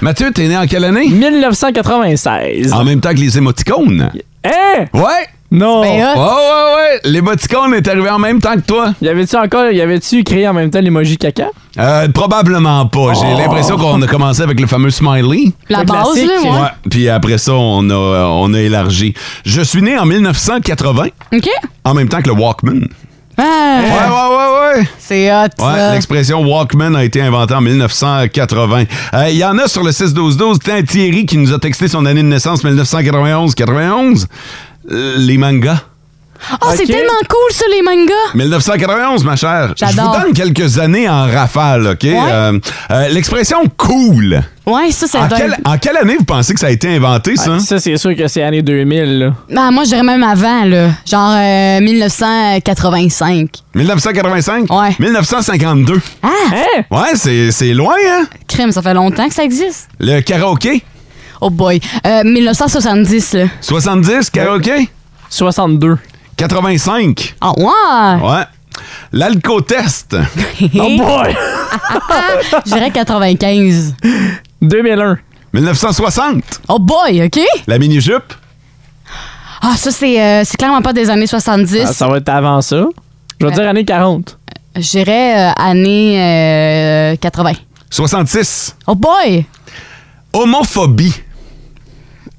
Mathieu, t'es né en quelle année? 1996. En même temps que les émoticônes. Hé! Ouais! Non! ouais, ouais, ouais! L'émoticône est arrivé en même temps que toi. Y avait-tu encore, y avait-tu créé en même temps l'emoji caca? Euh, probablement pas. J'ai Oh. l'impression qu'on a commencé avec le fameux smiley. La Le base, classique. là, ouais. Puis après ça, on a, on a élargi. Je suis né en 1980, OK? en même temps que le Walkman. Ah. Ouais, ouais, ouais, ouais. C'est hot. Ouais, ça. l'expression Walkman a été inventée en 1980. Euh, Il y en a sur le 6-12-12. Tiens, Thierry qui nous a texté son année de naissance 1991-91. Euh, les mangas. Ah, c'est tellement cool, ça, les mangas. 1991, ma chère. Je vous J'adore. donne quelques années en rafale, OK? Euh, euh, l'expression cool. Ouais, ça, ça Ah, en, doit quelle, être- en quelle année vous pensez que ça a été inventé, ça? Ça, c'est sûr que c'est année 2000, là. Ah, moi, je dirais même avant, là. Genre euh, 1985. 1985? 1952. Ah! Hein? Ouais, c'est c'est loin, hein? Crime, ça fait longtemps que ça existe. Le karaoké? Oh boy. Euh, 1970, là. 70, karaoké? 62. 85. Ah, ouais! Ouais. L'alco-test. Eh? Oh boy! je dirais 95. 2001. 1960. Oh boy, OK? La mini-jupe. Ah, ça, c'est euh, c'est clairement pas des années 70. Ah, ça va être avant ça. Je vais dire année 40. Je dirais euh, année euh, 80. 66. Oh boy! Homophobie.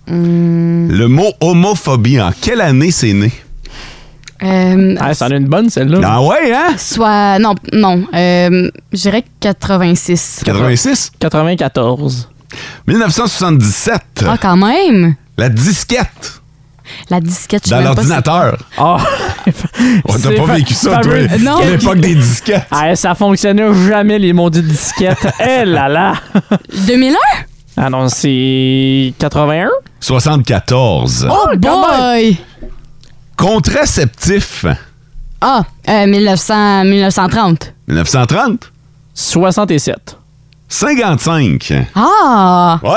Hmm. Le mot homophobie, en quelle année c'est né? Euh, Ah, c'en est une bonne, celle-là. Ah ouais, hein? Soit. Non, non. Euh, je dirais 86. 86? 94. 1977. Ah, quand même! La disquette La disquette, je sais dans même pas l'ordinateur. Ah! [laughs] On t'a C'est pas fa- vécu ça, toi? fameux Non. disquette. L'époque des disquettes. Ah, ça fonctionnait jamais, les maudites disquettes. Eh là là! c'est- 2001? Ah non, c'est Ah, 81? 74. Oh, boy! Contraceptif. Ah, euh, 1900, 1930. 1930. 67. 55. Ah! Ouais.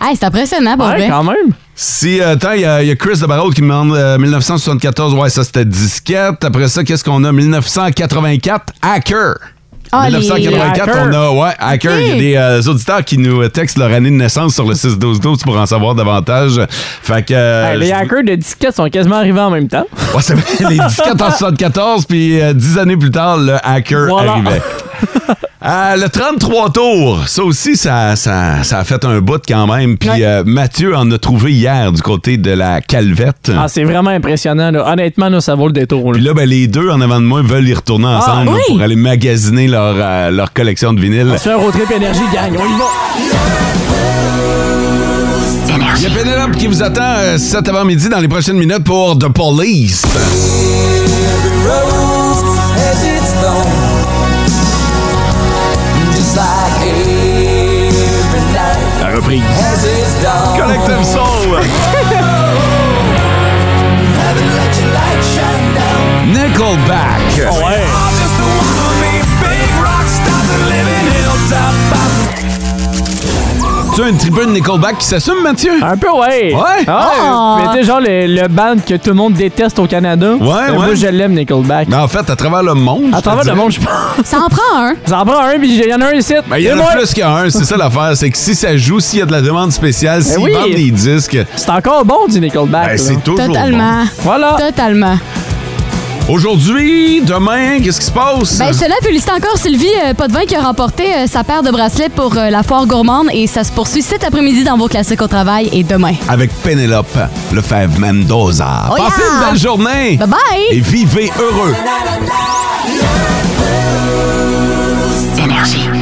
Hey, c'est impressionnant, pour vrai. même. Si, euh, attends, il y, a il y a Chris de Barraud qui me demande euh, 1974, ouais, ça c'était disquette. Après ça, qu'est-ce qu'on a? 1984, hacker. Ah, les- 1984, les on a, hackers. ouais, hacker. Il Ok. y a des euh, auditeurs qui nous euh, textent leur année de naissance sur le 6-12-12 pour en savoir davantage. Fait que. euh, Hey, les je- hackers de disquettes sont quasiment arrivés en même temps. Ouais, c'est vrai, les disquettes en 74, puis euh, 10 années plus tard, le hacker Voilà. arrivait. Euh, le 33 tours, ça aussi, ça, ça, ça a fait un bout quand même. Puis euh, Mathieu en a trouvé hier du côté de la Calvette. Ah, c'est vraiment impressionnant, là. Honnêtement, là, ça vaut le détour, là. Puis là, ben, les deux en avant de moi veulent y retourner Ah, ensemble oui! pour aller magasiner leur, euh, leur collection de vinyles. Ah, On se fait un road trip énergie, gang. On y va! Il y a Pénélope qui vous attend euh, cet avant-midi dans les prochaines minutes pour The Police. La reprise. Collective Soul. Nickelback. Oh. Tu as une tribune Nickelback qui s'assume, Mathieu? Un peu, ouais. Ouais? Ah, Ouais. Mais tu sais, genre le, le band que tout le monde déteste au Canada. Ouais, Ben, ouais. Moi, je l'aime, Nickelback. Mais Ben, en fait, à travers le monde. je À te travers le dirais. monde, je pense. Ça en prend un. Ça en prend un, puis il y en a un ici. Ben, il y en Et moi, a plus qu'un, c'est ça l'affaire. C'est que si ça joue, s'il y a de la demande spéciale, s'ils Ben oui. vendent des disques. C'est encore bon du Nickelback. Ben, là. c'est toujours. Totalement. bon. Voilà. Totalement. Aujourd'hui, demain, qu'est-ce qui se passe? Ben, je te lève félicite encore Sylvie euh, Potvin qui a remporté euh, sa paire de bracelets pour euh, la foire gourmande et ça se poursuit cet après-midi dans vos classiques au travail et demain. Avec Penelope Lefebvre Mendoza. Oh yeah! Passez une belle journée! Bye bye! Et vivez heureux! Énergie.